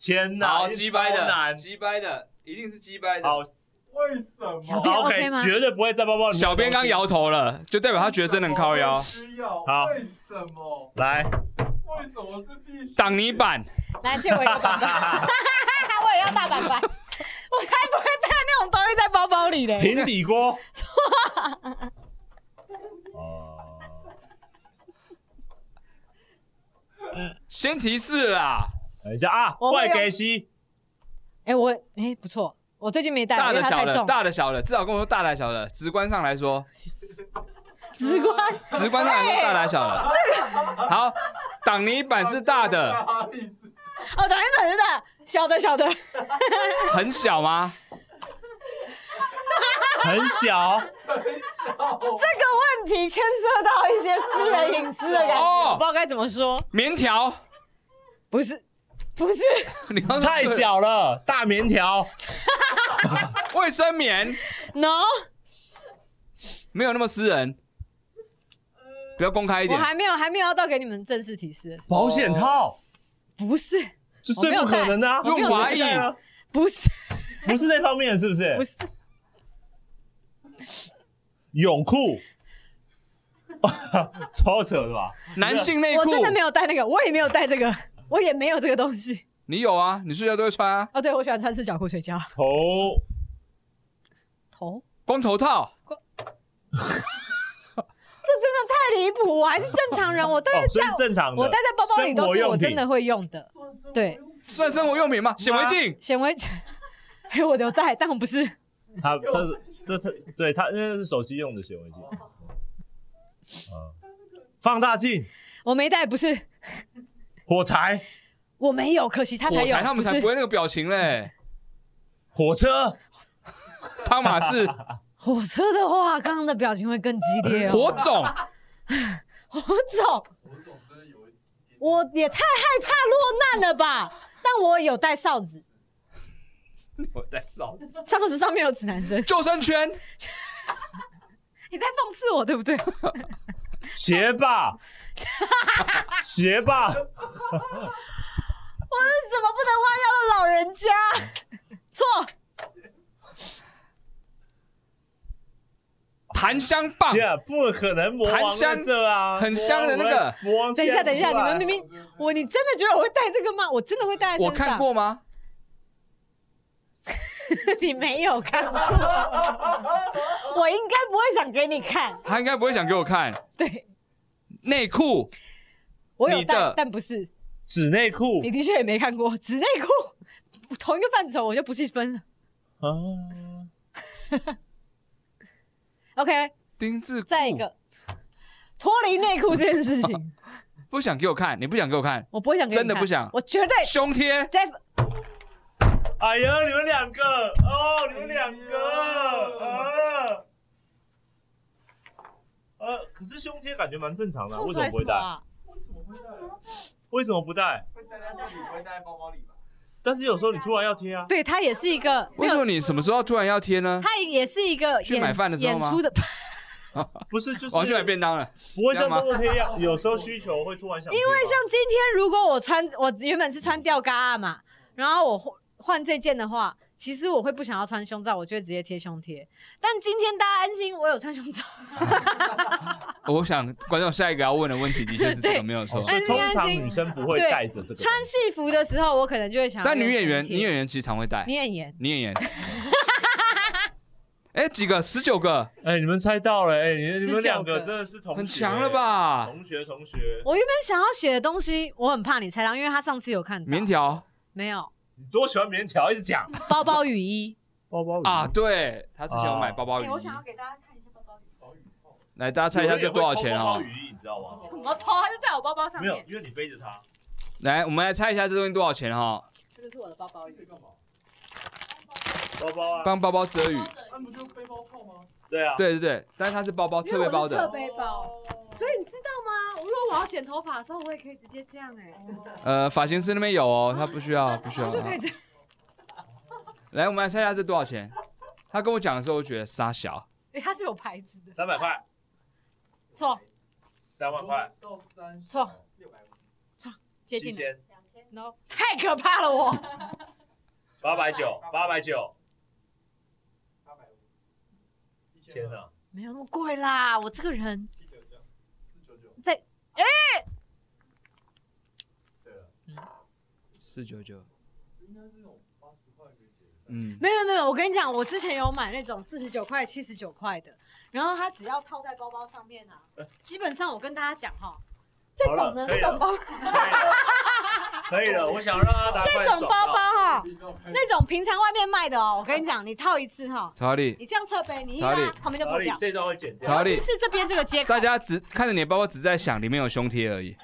Speaker 3: 天哪，一
Speaker 1: 鸡掰
Speaker 3: 超
Speaker 1: 的，
Speaker 3: 难，
Speaker 1: 鸡掰的，一定是鸡掰的。
Speaker 3: 好
Speaker 4: 为什么？
Speaker 2: 小编
Speaker 3: 好
Speaker 2: OK 吗
Speaker 3: 绝对不会在包包里面。
Speaker 1: 小编刚摇头了，就代表他觉得真的很靠腰。
Speaker 4: 需要？
Speaker 3: 好
Speaker 4: 为什么？
Speaker 3: 来，
Speaker 4: 为什么是必须？
Speaker 1: 挡泥板，
Speaker 2: 来借我一个板板，我也要大板板。我才不会带那种东西在包包里嘞。
Speaker 3: 平底 锅。哦，
Speaker 1: 先提示啦。
Speaker 3: 等一下啊，
Speaker 2: 我会
Speaker 3: 怪
Speaker 2: 用
Speaker 3: 给西，
Speaker 2: 哎、我哎、不错，我最近没带，
Speaker 1: 大
Speaker 2: 哎因
Speaker 1: 的
Speaker 2: 为它
Speaker 1: 小
Speaker 2: 太
Speaker 1: 的，
Speaker 2: 重。
Speaker 1: 大的小的，至少跟我说大的小的。直观上来说，
Speaker 2: 直观，
Speaker 1: 直观上来
Speaker 2: 哎
Speaker 1: 说大的小的。好，挡泥板是大的，
Speaker 4: 哈利是
Speaker 2: 哦，打一本真的，小的小的，
Speaker 1: 很小吗？
Speaker 3: 很小，
Speaker 2: 这个问题牵涉到一些私人隐私的感觉，
Speaker 1: 哦
Speaker 2: 我不知道该怎么说。
Speaker 1: 棉条，
Speaker 2: 不是，不是，
Speaker 1: 你刚刚
Speaker 3: 太，小了，大棉条。
Speaker 1: 卫生棉
Speaker 2: no，
Speaker 1: 没有那么私人，比较公开一
Speaker 2: 我
Speaker 1: 点。
Speaker 2: 还没有还没有要到给你们正式提示的时候，
Speaker 3: 保险套，
Speaker 2: 不是
Speaker 3: 这最不可能的啊，
Speaker 1: 我没有带
Speaker 3: 华裔啊，
Speaker 2: 不是
Speaker 3: 不是那方面是不是
Speaker 2: 不？是，
Speaker 3: 泳裤， 超扯的吧？
Speaker 1: 男性内
Speaker 2: 我
Speaker 1: 裤
Speaker 2: 真的没有带那个，我也没有带这个，我也没有这个东西。
Speaker 1: 你有啊？你睡觉都会穿啊？
Speaker 2: 哦，对，我喜欢穿四角裤睡觉。
Speaker 3: 头哦
Speaker 2: 头，
Speaker 1: 光头套
Speaker 2: 这真的太离谱！我还是正常人，我带
Speaker 3: 哦
Speaker 2: 在，
Speaker 3: 这
Speaker 2: 家
Speaker 3: 是，正常
Speaker 2: 哎
Speaker 3: 的。
Speaker 2: 我带在包包里
Speaker 3: 生
Speaker 2: 都
Speaker 3: 活
Speaker 2: 是
Speaker 3: 用
Speaker 2: 我
Speaker 3: 品
Speaker 2: 真的会用的
Speaker 4: 算生活
Speaker 2: 对
Speaker 4: 用品
Speaker 1: 算生活用品嘛？显微镜
Speaker 2: 显微，嘿，我有带，但我不是。
Speaker 3: 他他是这他对他因为是手机用的显微
Speaker 2: 哦
Speaker 3: 镜，啊，放大镜、
Speaker 2: 我没带，不是，
Speaker 3: 火柴、
Speaker 2: 我没有，可惜他才
Speaker 1: 火
Speaker 2: 有，
Speaker 1: 柴，他们
Speaker 2: 不
Speaker 1: 才
Speaker 2: 是
Speaker 1: 不会那个表情嘞。
Speaker 3: 火车、
Speaker 1: 汤马 士
Speaker 2: 火车的话，刚刚的表情会更激烈哦。
Speaker 1: 火种，
Speaker 2: 火种，
Speaker 4: 我总真的有一
Speaker 2: 我也太害怕落难了吧？但我有带哨子，
Speaker 1: 我在扫
Speaker 2: 哨子上面有指南针。
Speaker 1: 救生圈，
Speaker 2: 你在讽刺我对不对？
Speaker 3: 鞋吧、鞋吧、
Speaker 2: 怎么不能花样的老人家？错，
Speaker 1: 檀香棒，
Speaker 3: 呀，不可能魔王
Speaker 1: 檀香
Speaker 3: 在这啊，
Speaker 1: 很香的那个
Speaker 3: 魔王。魔王
Speaker 2: 等一下，等一下，
Speaker 3: 现
Speaker 2: 你
Speaker 3: 在
Speaker 2: 们明
Speaker 4: 不出
Speaker 2: 明
Speaker 4: 来
Speaker 2: 我，你真的觉得我会带这个吗？我真的会带在
Speaker 1: 我
Speaker 2: 身上。
Speaker 1: 看过吗？
Speaker 2: 你没有看过，我应该不会想给你看。
Speaker 1: 他应该不会想给我看
Speaker 2: 对
Speaker 1: 内裤，
Speaker 2: 我有
Speaker 1: 你的
Speaker 2: 带，但不是。
Speaker 3: 纸内裤
Speaker 2: 你的确也没看过纸内裤，同一个范畴，我就不细分了。
Speaker 3: 啊，
Speaker 2: OK，
Speaker 1: 丁字裤，
Speaker 2: 再一个，脱离内裤这件事 情，
Speaker 1: 不想给我看，你不想给我看，
Speaker 2: 我不会想给你看
Speaker 1: 真的不想
Speaker 2: 我绝对
Speaker 1: 胸贴，
Speaker 2: Jeff
Speaker 3: 哎呀，你们两个哦，你们两个啊。呃，可是胸贴感觉蛮正常的啊，为
Speaker 2: 凑
Speaker 3: 什
Speaker 2: 出来什
Speaker 3: 么不会
Speaker 2: 么
Speaker 3: 戴？
Speaker 2: 啊？
Speaker 4: 为什么会带？
Speaker 3: 为什么不戴？
Speaker 4: 会带在这里，不会带在包包里吧？
Speaker 3: 但是有时候你突然要贴啊，
Speaker 2: 对，它也是一个，
Speaker 1: 为什么你什么时候突然要贴呢？
Speaker 2: 它也是一个
Speaker 1: 去
Speaker 2: 演
Speaker 1: 买饭的时候
Speaker 2: 演
Speaker 1: 吗
Speaker 2: 出的，
Speaker 3: 不是就是
Speaker 1: 我要去买便当了，
Speaker 3: 不会
Speaker 1: 这
Speaker 3: 像
Speaker 1: 样吗
Speaker 3: 动作贴一样，有时候需求会突然想，因啊为
Speaker 2: 像今天如果我穿，我原本是穿吊嘎啊嘛，然后我换换这件的话，其实我会不想要穿胸罩，我就会直接贴胸贴。但今天大家安心，我有穿胸 罩，
Speaker 1: 我想观众下一个要问的问题的确是这
Speaker 2: 对哎
Speaker 1: 个没有错。
Speaker 3: 所以通常女生不会
Speaker 2: 嗯对
Speaker 3: 带着这个东西，
Speaker 2: 穿戏服的时候，我可能就会想要
Speaker 1: 但
Speaker 2: 用
Speaker 1: 女演员，
Speaker 2: 胸贴
Speaker 1: 女演员其实常会戴
Speaker 2: 女，演员，
Speaker 1: 女 演员。哎，几个？十九个，
Speaker 3: 哎、你们猜到了，哎、你你
Speaker 2: 19
Speaker 3: 们两个
Speaker 2: 个
Speaker 3: 真的是同学
Speaker 1: 很强了？吧？
Speaker 3: 同学，同学，
Speaker 2: 我原本想要写的东西，我很怕你猜到，因为他上次有看到
Speaker 1: 棉条
Speaker 2: 没有
Speaker 3: 你多喜欢棉条，一直讲
Speaker 2: 包包雨衣，
Speaker 3: 包包
Speaker 1: 啊，对他之前有买包包雨衣。
Speaker 2: 给大家看一下包包雨衣，
Speaker 1: 来，大家猜一下这多少钱哦
Speaker 3: 包包？雨衣，你知道吗？
Speaker 2: 怎么偷？它就在我包包上
Speaker 3: 没有，
Speaker 2: 面，
Speaker 3: 因为你背着它，
Speaker 1: 来，我们来猜一下这东西多少钱哈？
Speaker 2: 这个是我的包包雨衣，
Speaker 3: 包包啊，
Speaker 1: 帮包包遮雨。
Speaker 4: 那不就背包套吗？
Speaker 3: 对啊，
Speaker 1: 对对对，但是它是包包侧
Speaker 2: 因为
Speaker 1: 背
Speaker 2: 我
Speaker 1: 包
Speaker 2: 是侧
Speaker 1: 的。
Speaker 2: 背包。所以你知道吗？如果我要剪头发的时候，我也可以直接这样哎、
Speaker 3: 啊
Speaker 1: 呃，发型师那边有哦，他不需要，不需要啊
Speaker 2: 我。就可以这样。
Speaker 1: 来，我们来猜一下这多少钱？他跟我讲的时候，我觉得傻小，
Speaker 2: 哎、它是有牌子的。
Speaker 3: 三百块，
Speaker 2: 错，
Speaker 3: 三万块，
Speaker 4: 到三十
Speaker 2: 错，
Speaker 4: 六百五，
Speaker 2: 哦接
Speaker 3: 七
Speaker 2: 近了。
Speaker 3: 千，
Speaker 2: no，太可怕了我。
Speaker 3: 八百九，八百九，
Speaker 4: 八百五，一千
Speaker 3: 天
Speaker 4: 二，
Speaker 3: 哪，
Speaker 2: 没有那么贵啦，我这个人
Speaker 4: 七九九，四九九。
Speaker 2: 在
Speaker 4: 哎，对了，
Speaker 1: 四九九。
Speaker 4: 这应该是那种八十块可以解决。
Speaker 1: 嗯，
Speaker 2: 没有没有，我跟你讲，我之前有买那种四十九块、七十九块的，然后它只要套在包包上面啊，基本上我跟大家讲哈，这
Speaker 3: 呃好了
Speaker 2: 种呢，
Speaker 3: 可以
Speaker 2: 这
Speaker 3: 了
Speaker 2: 种包
Speaker 3: 可以了，我想让他打
Speaker 2: 这
Speaker 3: 快
Speaker 2: 种
Speaker 3: 手
Speaker 2: 包包哈，
Speaker 4: 一定要拍
Speaker 2: 那种平常外面卖的哦，我跟你讲，你套一次哈，
Speaker 1: 查理，
Speaker 2: 你这样侧背，你一
Speaker 1: 查理
Speaker 2: 拉旁边就
Speaker 3: 然
Speaker 2: 破
Speaker 3: 后你
Speaker 2: 掉，
Speaker 3: 这段会剪掉，
Speaker 1: 查
Speaker 2: 尤
Speaker 1: 理
Speaker 2: 其，是这边这个接口
Speaker 1: 大，家只看着你的包包，只在想里面有胸贴而已。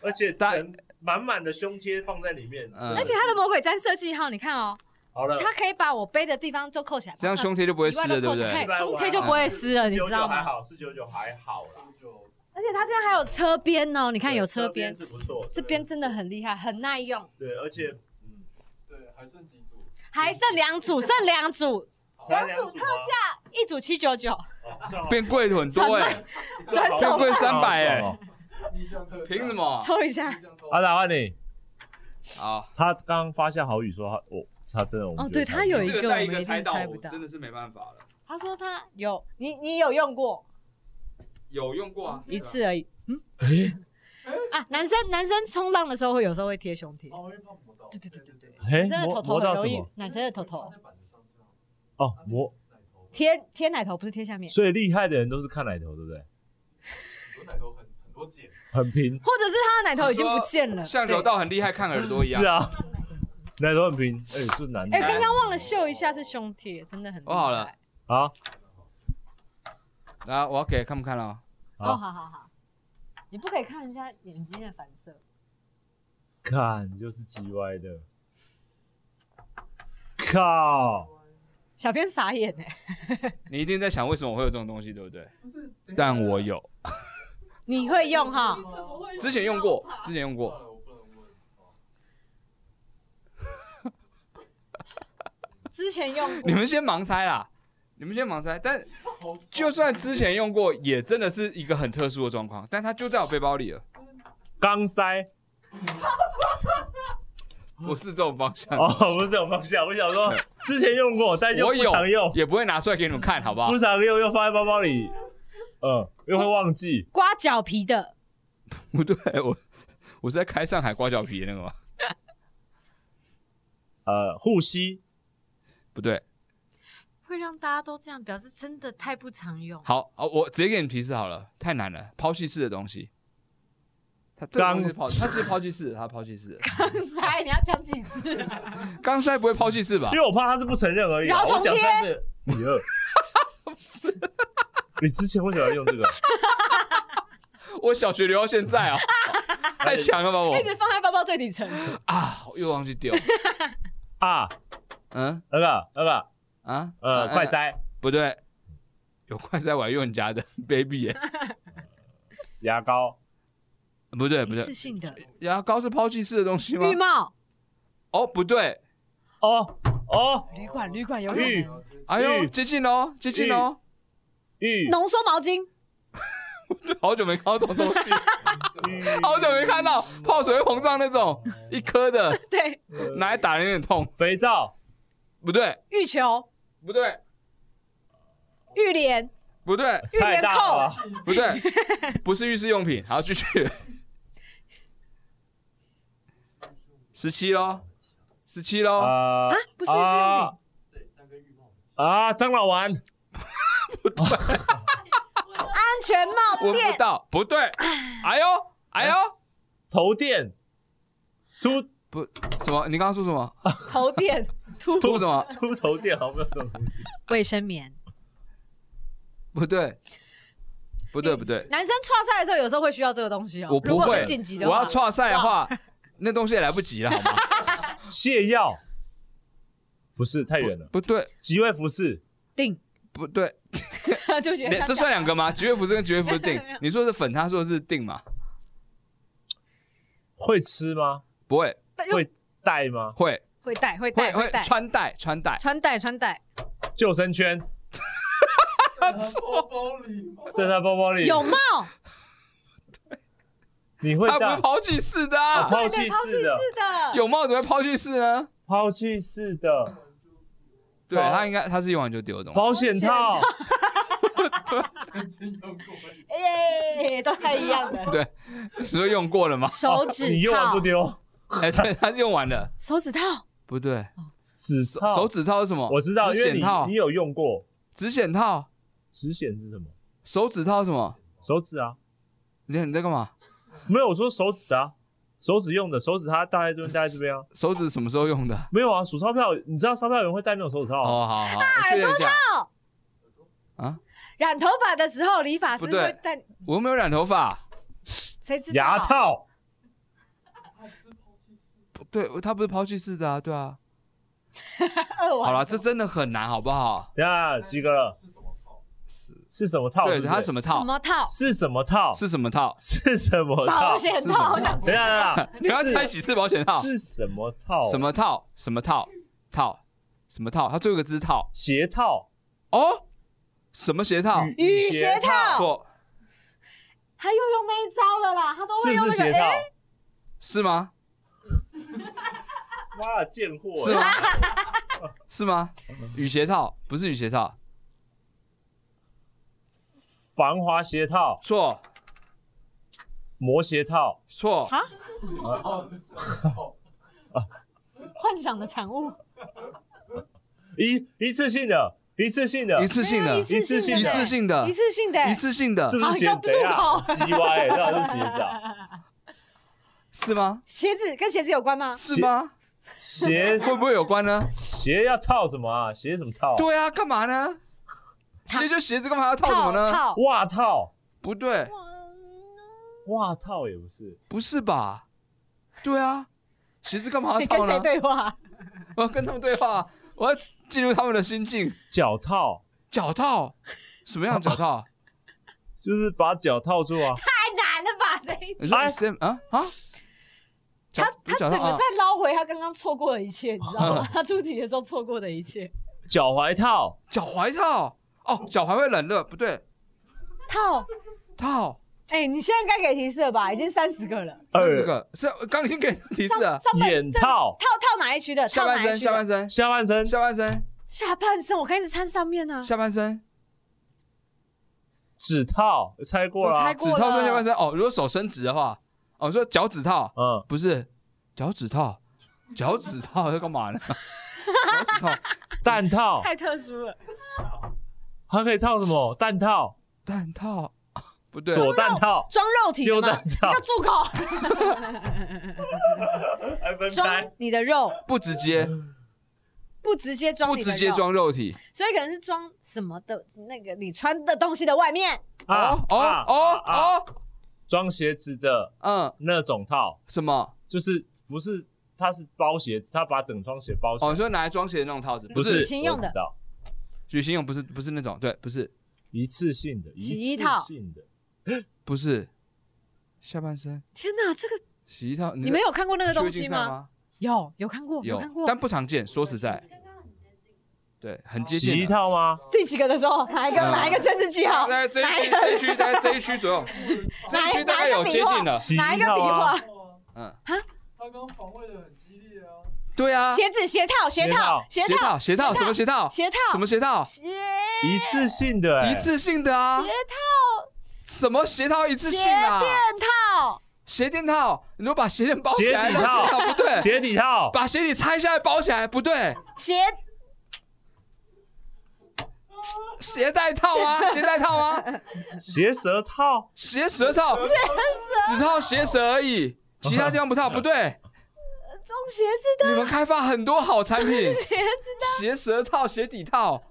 Speaker 3: 而且
Speaker 1: 大
Speaker 3: 整满满的胸贴放在里面，
Speaker 1: 嗯
Speaker 2: 而且它的魔鬼粘设计哈，你看哦，
Speaker 3: 好了，
Speaker 2: 它可以把我背的地方就扣起来，
Speaker 1: 这样胸贴就不
Speaker 2: 不
Speaker 1: 会湿了，对不对？
Speaker 3: 对
Speaker 2: 胸贴就不会湿了，你
Speaker 3: 九
Speaker 2: 知
Speaker 3: 九
Speaker 2: 道
Speaker 3: 还
Speaker 2: 吗？
Speaker 3: 好，四九九还好啦，
Speaker 4: 多久？
Speaker 2: 而且它这边还有车边哦，你看有车边
Speaker 3: 边，是不错，
Speaker 2: 这边真的很厉害，很耐用。
Speaker 3: 对，而且嗯，
Speaker 4: 对，还剩几组？
Speaker 2: 还剩两组，剩两组，
Speaker 3: 才
Speaker 2: 两
Speaker 3: 两
Speaker 2: 组
Speaker 3: 组
Speaker 2: 特
Speaker 3: 吗
Speaker 2: 价一组七九九，
Speaker 3: 哦最好
Speaker 1: 变贵很多哎、
Speaker 2: 转
Speaker 1: 变
Speaker 2: 手
Speaker 1: 贵
Speaker 2: 卖
Speaker 1: 三百
Speaker 3: 啊
Speaker 1: 哎
Speaker 3: 好爽哦，
Speaker 4: 逆向特
Speaker 1: 凭什？么？
Speaker 2: 抽一下
Speaker 4: 逆。向偷
Speaker 3: 阿达换你，
Speaker 1: 好，
Speaker 3: 他刚刚发下好语说他，我他真的我们
Speaker 2: 哦
Speaker 3: 觉
Speaker 2: 对
Speaker 3: 得太
Speaker 2: 他有
Speaker 3: 厉害
Speaker 2: 一
Speaker 1: 这
Speaker 2: 个
Speaker 1: 个再一个猜到
Speaker 2: 我们一定猜
Speaker 1: 我
Speaker 2: 不到
Speaker 1: 真的是没办法了。
Speaker 2: 他说他有，你你有用过
Speaker 1: 有用过啊，
Speaker 2: 一次而已。嗯，啊，男生男生冲浪的时候会有时候会贴胸贴，
Speaker 4: 哦，因为怕磨到。
Speaker 2: 对对对对对，
Speaker 3: 哎
Speaker 2: 男生的头
Speaker 3: 磨
Speaker 2: 头
Speaker 3: 磨到
Speaker 2: 很容
Speaker 3: 什
Speaker 2: 易
Speaker 3: 么？，
Speaker 2: 男生的头头
Speaker 3: 哦磨，
Speaker 2: 贴贴奶头不是贴下面，
Speaker 3: 所以厉害的人都是看奶头，对不对？
Speaker 4: 很多奶头很很多茧，
Speaker 3: 很平，
Speaker 2: 或者是他的奶头已经不见了。
Speaker 1: 像柔
Speaker 2: 嗯对
Speaker 1: 道很厉害，看耳朵一样。
Speaker 3: 是，啊，奶头很平，哎，这男的
Speaker 2: 哎、刚刚忘了秀一下是胸贴，真的很厉害
Speaker 1: 我哦好了。
Speaker 3: 啊，
Speaker 1: 啊然后我要给看不看了？
Speaker 2: 哦，
Speaker 3: 好
Speaker 2: 好好好，你不可以看人家眼睛的反射。
Speaker 3: 看就是叽歪的，靠，
Speaker 2: 小编傻眼哎、
Speaker 1: 你一定在想为什么我会有这种东西，对不对？
Speaker 4: 不是？
Speaker 1: 但我有，
Speaker 2: 你会用哈？
Speaker 1: 之前用过，之前用
Speaker 4: 过
Speaker 1: 过。，
Speaker 4: 我不能问。
Speaker 2: 之前用
Speaker 1: 你
Speaker 2: 过，
Speaker 1: 们先盲猜啦，你们先盲猜。但就算之前用过，也真的是一个很特殊的状况，但它就在我背包里了，
Speaker 3: 钢塞
Speaker 1: 不是这种方向。
Speaker 3: 嗯哦，不是这种方向，我 想说之前用过，但又
Speaker 1: 我
Speaker 3: 不
Speaker 1: 有
Speaker 3: 常用，
Speaker 1: 也不会拿出来给你们看，好不好
Speaker 3: 不？常用又放在包包里，嗯，又会忘记，
Speaker 2: 刮脚皮的，
Speaker 1: 不对，我我是在开上海刮脚皮的那个吗？
Speaker 3: 呃，护膝，
Speaker 1: 不对，
Speaker 2: 会让大家都这样，表示真的太不常用。
Speaker 1: 好，哦，我直接给你提示好了，太难了，抛弃式的东西。它这个东西是抛，它是抛弃式的，它抛弃式的。
Speaker 2: 刚才你要讲几次、啊？
Speaker 1: 钢塞不会抛弃式吧
Speaker 3: 因？为我怕他是不承认而已啊。
Speaker 2: 饶
Speaker 3: 我
Speaker 2: 虫
Speaker 3: 讲三次，你二，你之前为什么要用这个？
Speaker 1: 我小学留到现 在啊，太强了吧我
Speaker 3: 哦
Speaker 2: 一直放在包包最底层。
Speaker 1: 啊，我又忘记丢。
Speaker 3: 啊，
Speaker 1: 嗯
Speaker 3: 那个那个
Speaker 1: 啊，
Speaker 3: 呃，快
Speaker 1: 塞
Speaker 3: 塞
Speaker 1: 不对，有快塞我还用你家的 baby，耶
Speaker 3: 牙膏，
Speaker 1: 不对不
Speaker 2: 一
Speaker 1: 对
Speaker 2: 次，性的
Speaker 1: 牙膏是抛弃式的东西吗？
Speaker 2: 浴帽，
Speaker 1: 哦不对，
Speaker 3: 哦哦，
Speaker 2: 旅馆旅馆有可
Speaker 3: 浴
Speaker 2: 能。
Speaker 1: 哎呦
Speaker 3: 浴
Speaker 1: 接近喽，接近哦喽，
Speaker 3: 浴
Speaker 2: 浓缩毛巾，
Speaker 1: 好久没看到这种东 西，
Speaker 3: 浴
Speaker 1: 好久没看到泡水会膨胀那 种一颗的，
Speaker 2: 对，
Speaker 1: 拿来打人有点痛，
Speaker 3: 肥皂，
Speaker 1: 不对
Speaker 2: 浴球、
Speaker 1: 不对
Speaker 2: 浴帘、
Speaker 1: 不对
Speaker 2: 浴
Speaker 3: 太
Speaker 2: 帘
Speaker 3: 大了
Speaker 2: 扣、
Speaker 3: 吧，
Speaker 1: 不对，不是浴室用品，好继续， 十七喽，十七喽。
Speaker 3: 啊
Speaker 2: 啊不是浴室用品
Speaker 4: 对，那个浴帽。
Speaker 3: 啊，樟脑丸，
Speaker 2: 安全帽
Speaker 1: 闻不
Speaker 2: 垫、
Speaker 1: 到，不对，哎呦，哎呦，
Speaker 3: 头垫， 秃
Speaker 1: 不，什么？你刚刚说什么？啊
Speaker 2: 头 垫、秃
Speaker 1: 吐什么？
Speaker 3: 秃头垫，好像没有这种东西。
Speaker 2: 卫生棉。
Speaker 1: 不对，不对，不对，
Speaker 2: 男生踹出来的时候，有时候会需要这个东西哦。
Speaker 1: 我不
Speaker 2: 如果
Speaker 1: 会
Speaker 2: 很紧急。的
Speaker 1: 我
Speaker 2: 话，
Speaker 1: 要岔赛的话，那东西也来不及了，好吗？
Speaker 3: 泻药，不是太远了，
Speaker 1: 不对，
Speaker 3: 极味服饰，
Speaker 2: 定，
Speaker 1: 不对，
Speaker 2: 对不起，
Speaker 1: 两这算两个吗？吉月服是跟吉月服是
Speaker 2: 啊没有
Speaker 1: 定
Speaker 2: 没有，
Speaker 1: 你说的是粉，他说的是定嘛？
Speaker 3: 会吃吗？
Speaker 1: 不会，
Speaker 2: 会
Speaker 3: 会带吗？
Speaker 1: 会，
Speaker 2: 会带会带
Speaker 1: 会，会
Speaker 2: 带
Speaker 1: 穿戴，穿戴，
Speaker 2: 穿戴穿戴
Speaker 3: 救生圈，
Speaker 4: 他包包里，
Speaker 3: 在他包包里，
Speaker 2: 有帽，
Speaker 3: 你会
Speaker 1: 他不
Speaker 3: 带啊
Speaker 1: 是抛弃式的啊
Speaker 3: 哦，抛
Speaker 2: 对
Speaker 3: 弃
Speaker 2: 抛弃
Speaker 3: 式的，
Speaker 2: 式的，
Speaker 1: 有帽怎么会抛弃式呢？
Speaker 3: 抛弃式的
Speaker 1: 对
Speaker 3: 包
Speaker 1: 他应该，他是用完就丢的东西。
Speaker 3: 保险 套，
Speaker 4: 曾经用过。
Speaker 2: 耶，都太一 样了。
Speaker 1: 对，你说用过 了吗？
Speaker 2: 手
Speaker 1: 哦
Speaker 2: 指
Speaker 3: 你用完
Speaker 2: 套
Speaker 3: 不，丢，
Speaker 1: 哎，对，他用完了，
Speaker 2: 手指套，
Speaker 1: 不对。
Speaker 3: 指
Speaker 1: 手
Speaker 3: 套，
Speaker 1: 手指套是什么？
Speaker 3: 我知道，
Speaker 1: 指
Speaker 3: 因为
Speaker 1: 显
Speaker 3: 你
Speaker 1: 哦套
Speaker 3: 你。有用过
Speaker 1: 指显套、
Speaker 3: 指显是什么？
Speaker 1: 手指套是什么？
Speaker 3: 手指啊，
Speaker 1: 你看你在干嘛？
Speaker 3: 没有，我说手指啊，手指用的手指，它戴在这边，戴在这边啊，
Speaker 1: 手指什么时候用的？
Speaker 3: 没有啊，数钞票，你知道钞票员会戴那种手指套啊，
Speaker 1: 哦，好好，我确认一下。
Speaker 2: 染头发的时候，理发师
Speaker 1: 不对
Speaker 2: 会戴，
Speaker 1: 我又没有染头发，
Speaker 2: 谁知道？
Speaker 3: 牙，套，
Speaker 1: 不对，他不是抛弃式的啊，对啊。
Speaker 2: 二娃
Speaker 1: 好了，这真的很难，好不好？
Speaker 3: 等一下几个了？
Speaker 4: 是什么套？
Speaker 3: 是什么套？
Speaker 1: 对，它什
Speaker 3: 么？
Speaker 1: 么
Speaker 2: 什
Speaker 1: 套？
Speaker 2: 么套？
Speaker 3: 是什么套？
Speaker 1: 是什么套？
Speaker 3: 是什么套
Speaker 2: 保？险
Speaker 1: 是什么
Speaker 2: 套，好想
Speaker 3: 等一下，等一 下
Speaker 1: 你要猜
Speaker 3: 是
Speaker 1: 几次保险套？
Speaker 3: 是什么套？啊
Speaker 1: 什么套？什么套？套什么套？它最后一个字是套
Speaker 3: 鞋套、
Speaker 1: 哦，什么鞋
Speaker 3: 嗯
Speaker 1: 套？
Speaker 2: 雨鞋套，
Speaker 1: 错
Speaker 2: 他又用那一招了啦，他都会
Speaker 3: 是
Speaker 2: 用
Speaker 3: 不
Speaker 2: 那
Speaker 3: 是
Speaker 2: 个
Speaker 3: 鞋套
Speaker 2: 哎，？
Speaker 1: 是吗？
Speaker 3: 妈的，贱货！欸
Speaker 1: 是吗？是吗？雨鞋套不是雨鞋套，
Speaker 3: 防滑鞋套、
Speaker 1: 错
Speaker 3: 磨鞋套、
Speaker 1: 错
Speaker 2: 啊
Speaker 4: 哦，是哦，
Speaker 2: 幻想的产物，
Speaker 3: 一一次性的、一次性的
Speaker 1: 一，次性
Speaker 2: 没有
Speaker 1: 的
Speaker 2: 一次
Speaker 3: 一次性
Speaker 2: 性
Speaker 3: 的
Speaker 1: 一次性的
Speaker 2: 一次性的，
Speaker 1: 一次性的
Speaker 3: 是不是
Speaker 2: 啊你
Speaker 3: 鞋
Speaker 2: 刚不
Speaker 3: 子
Speaker 2: 是
Speaker 3: 呀
Speaker 2: 我？
Speaker 3: 鸡歪，那是鞋子 啊？
Speaker 1: 是吗？
Speaker 2: 鞋子跟鞋子有关吗？
Speaker 1: 是吗？
Speaker 3: 鞋
Speaker 1: 会不会有关呢？
Speaker 3: 鞋要套什么啊？鞋什么套？
Speaker 1: 对啊，干嘛呢？
Speaker 2: 套
Speaker 1: 鞋就鞋子，干嘛还要套什么呢？
Speaker 2: 套
Speaker 3: 袜套，
Speaker 1: 不对，
Speaker 3: 袜套也不是。
Speaker 1: 不是吧？对啊，鞋子干嘛
Speaker 2: 你
Speaker 1: 要
Speaker 2: 跟
Speaker 1: 啊套
Speaker 2: 谁
Speaker 1: 呢？
Speaker 2: 对话？
Speaker 1: 我要跟他们对话，我要进入他们的心境。
Speaker 3: 脚套
Speaker 1: 脚套，什么样的脚
Speaker 2: 啊
Speaker 1: 套？
Speaker 3: 就是把脚套住 啊，
Speaker 2: 太难了吧，这一
Speaker 1: 你说
Speaker 3: 哎
Speaker 1: S M 啊啊？ 脚
Speaker 2: 他
Speaker 1: 不
Speaker 2: 他
Speaker 1: 是脚
Speaker 2: 整
Speaker 1: 套
Speaker 2: 个
Speaker 1: 啊
Speaker 2: 在？捞回他刚刚错过的一切，你知道吗？ 他出题的时候错过的一切。
Speaker 3: 脚踝套，
Speaker 1: 脚踝套哦，脚踝会冷热，不对，
Speaker 2: 套，
Speaker 1: 套
Speaker 2: 哎，你现在该给提示了吧？已经三十个了，
Speaker 3: 哎
Speaker 1: 是这个是刚已经给哦提示了
Speaker 2: 上，上半
Speaker 3: 眼
Speaker 2: 这
Speaker 3: 套
Speaker 2: 套套哪一区的？
Speaker 1: 下
Speaker 2: 套
Speaker 1: 半
Speaker 2: 哪一
Speaker 1: 身
Speaker 2: 区
Speaker 1: 下半
Speaker 2: 的？
Speaker 1: 身
Speaker 3: 下半身
Speaker 1: 下半身
Speaker 2: 下半身，我开始穿上面啊呢。
Speaker 1: 下半身，
Speaker 3: 指套，猜过
Speaker 2: 我
Speaker 3: 了啊
Speaker 2: 猜，
Speaker 1: 指
Speaker 2: 过
Speaker 1: 套算下半
Speaker 2: 了，
Speaker 1: 身哦。如果手伸直的话，哦，你说脚趾套
Speaker 3: 嗯，
Speaker 1: 不是脚趾套，脚趾套 要干嘛呢？脚趾套
Speaker 3: 蛋 套，
Speaker 2: 太特殊了。
Speaker 3: 还可以套什么？蛋套，
Speaker 1: 蛋套不对，
Speaker 3: 左蛋套，
Speaker 2: 装肉体的
Speaker 3: 右
Speaker 2: 嘛
Speaker 3: 蛋套
Speaker 2: 叫住 口，
Speaker 3: 还分
Speaker 2: 装。你的肉，
Speaker 1: 不直接
Speaker 2: 不直接装，
Speaker 1: 不直接，装肉体
Speaker 2: 所以可能是装什么的那个你穿的东西的外面，
Speaker 3: 啊
Speaker 1: 哦哦
Speaker 3: 啊
Speaker 1: 哦
Speaker 3: 啊啊！
Speaker 1: 哦，
Speaker 3: 装鞋子的
Speaker 1: 嗯，
Speaker 3: 那种套，
Speaker 1: 什么？
Speaker 3: 就是不是它是包鞋子，它把整双鞋包起
Speaker 1: 哦，
Speaker 3: 来
Speaker 1: 你，说拿来装鞋的那种套子，
Speaker 3: 不
Speaker 1: 我
Speaker 3: 是
Speaker 1: 知
Speaker 2: 旅行用的
Speaker 3: 我知道
Speaker 1: 旅行用不是不是那种，对，不是
Speaker 3: 一次性的，
Speaker 2: 洗
Speaker 3: 一
Speaker 2: 衣
Speaker 3: 次
Speaker 2: 套
Speaker 3: 性的
Speaker 1: 不是下半身
Speaker 2: 天哪，这个
Speaker 1: 洗衣套，
Speaker 2: 你们有看过那个
Speaker 1: 有
Speaker 2: 东西吗？
Speaker 1: 吗？
Speaker 2: 有，有看过，
Speaker 1: 有
Speaker 2: 看过。
Speaker 1: 但不常见。说实在，对，很接
Speaker 3: 洗
Speaker 1: 近
Speaker 3: 衣
Speaker 1: 的。
Speaker 3: 套吗？
Speaker 2: 第几个的时 候，哪一个
Speaker 1: 嗯
Speaker 2: 哪一个政治记号，哪
Speaker 1: 在
Speaker 2: 一
Speaker 1: 这
Speaker 2: 个
Speaker 1: 一区，这一区大概这一区 左右，这一
Speaker 2: 哪
Speaker 1: 区
Speaker 2: 一
Speaker 1: 大概有接近了。
Speaker 3: 洗衣
Speaker 2: 哪一个笔
Speaker 3: 套
Speaker 2: 画
Speaker 3: 啊，？
Speaker 4: 哦
Speaker 1: 嗯，
Speaker 4: 他刚防卫的很激烈啊，
Speaker 1: 对啊，
Speaker 2: 鞋子、鞋套、鞋套、
Speaker 3: 鞋
Speaker 1: 鞋
Speaker 2: 套、
Speaker 1: 套，鞋套，什么鞋套？
Speaker 2: 鞋套、
Speaker 1: 什么鞋套？
Speaker 2: 鞋
Speaker 3: 一次性的欸，
Speaker 1: 一次性的啊
Speaker 2: 鞋？套、
Speaker 1: 什么鞋套一次
Speaker 2: 鞋
Speaker 1: 性啊？
Speaker 2: 垫套、
Speaker 1: 鞋垫套，你说把鞋垫包起来，
Speaker 3: 鞋底套
Speaker 1: 那不对，
Speaker 3: 鞋 底套，
Speaker 1: 把鞋底拆下来包起来，不 对，
Speaker 2: 鞋
Speaker 1: 鞋带套 啊，鞋带套啊，
Speaker 3: 鞋 舌套，
Speaker 1: 鞋舌套，只套鞋舌而已，其他地方不套，不对。
Speaker 2: 中鞋子
Speaker 1: 你们开发很多好产品，
Speaker 2: 的鞋子
Speaker 1: 鞋舌套、鞋底套，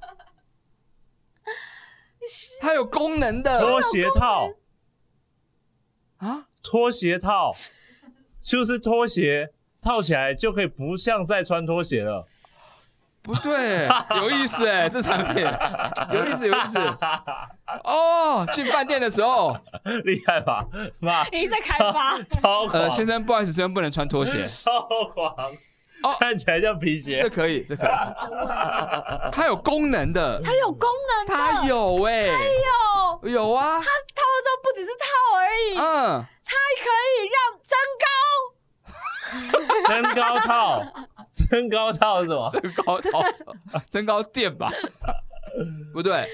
Speaker 1: 它有功能的
Speaker 3: 拖鞋套，
Speaker 1: 啊！
Speaker 3: 拖鞋套，就是拖鞋套起来就可以不像在穿拖鞋了。
Speaker 1: 不对，有意思哎，这产品有意思，有意思。哦，去饭店的时候，
Speaker 3: 厉害吧？妈，
Speaker 2: 一直在开 发，
Speaker 3: 超狂，
Speaker 1: 呃，先生，不好意思，先生不能穿拖鞋。
Speaker 3: 超狂，
Speaker 1: 哦
Speaker 3: 看起来像皮
Speaker 1: 这
Speaker 3: 鞋。
Speaker 1: 可以，这可以，它有功能的，
Speaker 2: 它有功能的，
Speaker 1: 它有哎、
Speaker 2: 有，
Speaker 1: 有啊，
Speaker 2: 它套了之后不只是套而已，它
Speaker 1: 嗯，
Speaker 2: 还可以让增高。
Speaker 3: 增高 套，增高套是什么？
Speaker 1: 增高 套，增高垫 吧，不对，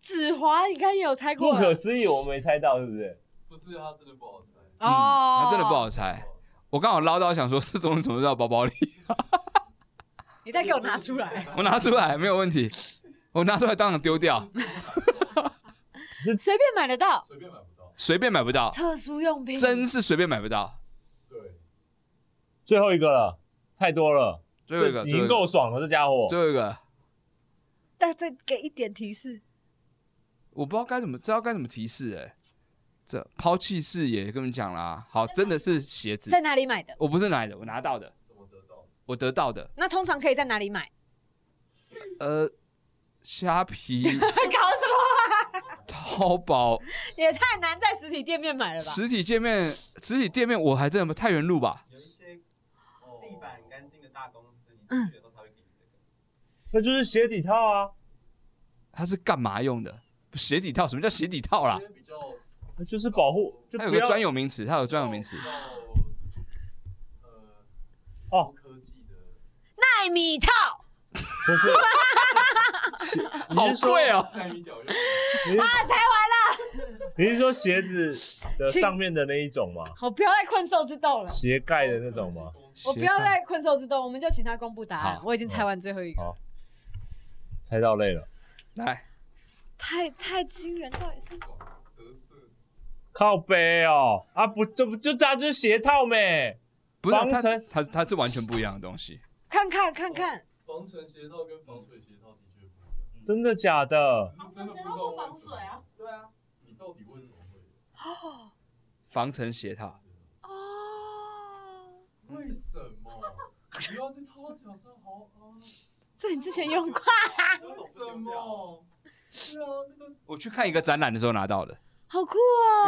Speaker 2: 指滑你刚也有猜
Speaker 3: 不
Speaker 2: 过了，
Speaker 3: 可思议，我没猜到，是不是？
Speaker 4: 不是他真的不好猜。
Speaker 1: 嗯
Speaker 2: 哦，
Speaker 1: 它真的不好猜。我刚好捞到，想说这种怎么知道包包里？
Speaker 2: 你再给我拿出来，
Speaker 1: 我拿出来没有问题，我拿出来当场丢掉，
Speaker 2: 随便买得到，
Speaker 4: 随便买不到。
Speaker 1: 随便买不 到，
Speaker 2: 特殊用品，
Speaker 1: 真是随便买不到。
Speaker 4: 对，
Speaker 3: 最后一个了，太多了，
Speaker 1: 最后一个
Speaker 3: 这已经够爽了，这家伙
Speaker 1: 最后一个，
Speaker 2: 但再给一点提示，
Speaker 1: 我不知道该怎么，知道该怎么提示哎、这抛弃视野跟你讲啦，好，真的是鞋子，
Speaker 2: 在哪里买的？
Speaker 1: 我不是买的，我拿到的，
Speaker 4: 怎么得到？
Speaker 1: 我得到的，
Speaker 2: 那通常可以在哪里买？
Speaker 1: 呃，虾 皮、
Speaker 2: 搞什么？
Speaker 1: 淘宝、
Speaker 2: 也太难在实体店面买了吧？
Speaker 1: 实体界面、实体店面，我还真的太原路吧，
Speaker 4: 有一些地板干净的大公司，你进去的时候才会给你这个。
Speaker 3: 那就是鞋底套啊，
Speaker 1: 它是干嘛用的？鞋底套？什么叫鞋底套啦？
Speaker 4: 因为比较
Speaker 3: 那就是保护，就
Speaker 1: 它
Speaker 3: 不
Speaker 1: 有个
Speaker 3: 要
Speaker 1: 专有名词，它有专有名词
Speaker 4: 比。较呃
Speaker 3: 哦，
Speaker 4: 科技的，
Speaker 2: 艾米套，
Speaker 3: 不是，
Speaker 1: 好
Speaker 3: 你是说
Speaker 1: 贵哦、
Speaker 4: 太一屌就
Speaker 3: 你是 你是说鞋子的上面的那一种吗？
Speaker 2: 我不要再困兽之斗了，
Speaker 3: 鞋盖的那种吗？？
Speaker 2: 我不要再困兽之斗，我们就请他公布答案
Speaker 1: 好。
Speaker 2: 我已经猜完最后一个
Speaker 3: 好，猜到累了，
Speaker 1: 来，
Speaker 2: 太太惊人，到底是
Speaker 4: 得瑟
Speaker 3: 靠背哦，啊不，这不就这样就是鞋套咩？
Speaker 1: 不是
Speaker 3: 防
Speaker 1: 它
Speaker 3: 尘
Speaker 1: 它它是完全不一样的东西。
Speaker 2: 看看看看，
Speaker 4: 防尘鞋套跟防水鞋套的确不一样。
Speaker 3: 真的假的？
Speaker 4: 防尘鞋套不防水啊？对啊，你到底为什么会？
Speaker 1: 防尘鞋套，
Speaker 2: 哦，
Speaker 4: 为什么？不要再套脚上好啊！
Speaker 2: 这你之前用过，
Speaker 4: 为什么？是啊，那个
Speaker 1: 我去看一个展览的时候拿到的，
Speaker 2: 好酷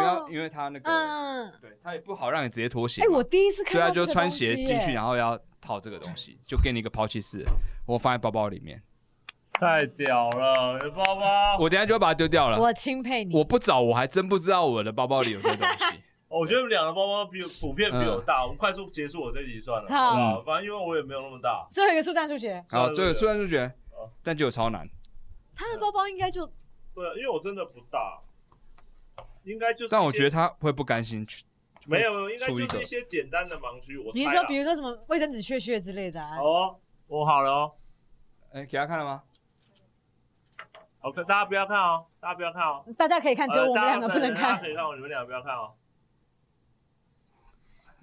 Speaker 1: 因为它
Speaker 2: 哦。
Speaker 1: 因为它那个，
Speaker 2: 嗯，
Speaker 1: 对，它也不好让你直接脱鞋
Speaker 2: 哎，
Speaker 1: 嘛，
Speaker 2: 我第一次看
Speaker 1: 所以
Speaker 2: 到
Speaker 1: 他
Speaker 2: 这
Speaker 1: 就
Speaker 2: 个
Speaker 1: 穿
Speaker 2: 东西
Speaker 1: 鞋进去，
Speaker 2: 耶
Speaker 1: 然后要套这个东西，就给你一个抛弃式，我放在包包里面，
Speaker 3: 太屌了，包包！我
Speaker 1: 我等一下就要把它丢掉了。
Speaker 2: 哦我钦佩你，
Speaker 1: 我不找，我还真不知道我的包包里有这东西。
Speaker 3: 哦我觉得你们两个包包比普遍比我
Speaker 1: 嗯
Speaker 3: 大，我们快速结束我这集算了，
Speaker 2: 好
Speaker 3: 好不好？反正因为我也没有那么大，
Speaker 2: 最后一个速战速决，
Speaker 1: 好，这个哦
Speaker 3: 对
Speaker 1: 虽然数学
Speaker 3: 好，
Speaker 1: 但就有超难。
Speaker 2: 他的包包应该就
Speaker 3: 对，啊因为我真的不大，应该就是一些。
Speaker 1: 但我觉得他会不甘心去，
Speaker 3: 没有没有，应该
Speaker 1: 出一个
Speaker 3: 就是一些简单的盲区。我
Speaker 2: 你是
Speaker 3: 猜
Speaker 2: 说
Speaker 3: 啦
Speaker 2: 比如说什么卫生纸屑屑之类的啊
Speaker 3: 好，哦，我好了哦。
Speaker 1: 哎，给他看了吗？
Speaker 3: OK，大家不要看哦，大家不要看哦。
Speaker 2: 大家可以看，只有我们两个不能
Speaker 3: 呃大家
Speaker 2: 看
Speaker 3: 可。以看我，你们两个不要看哦。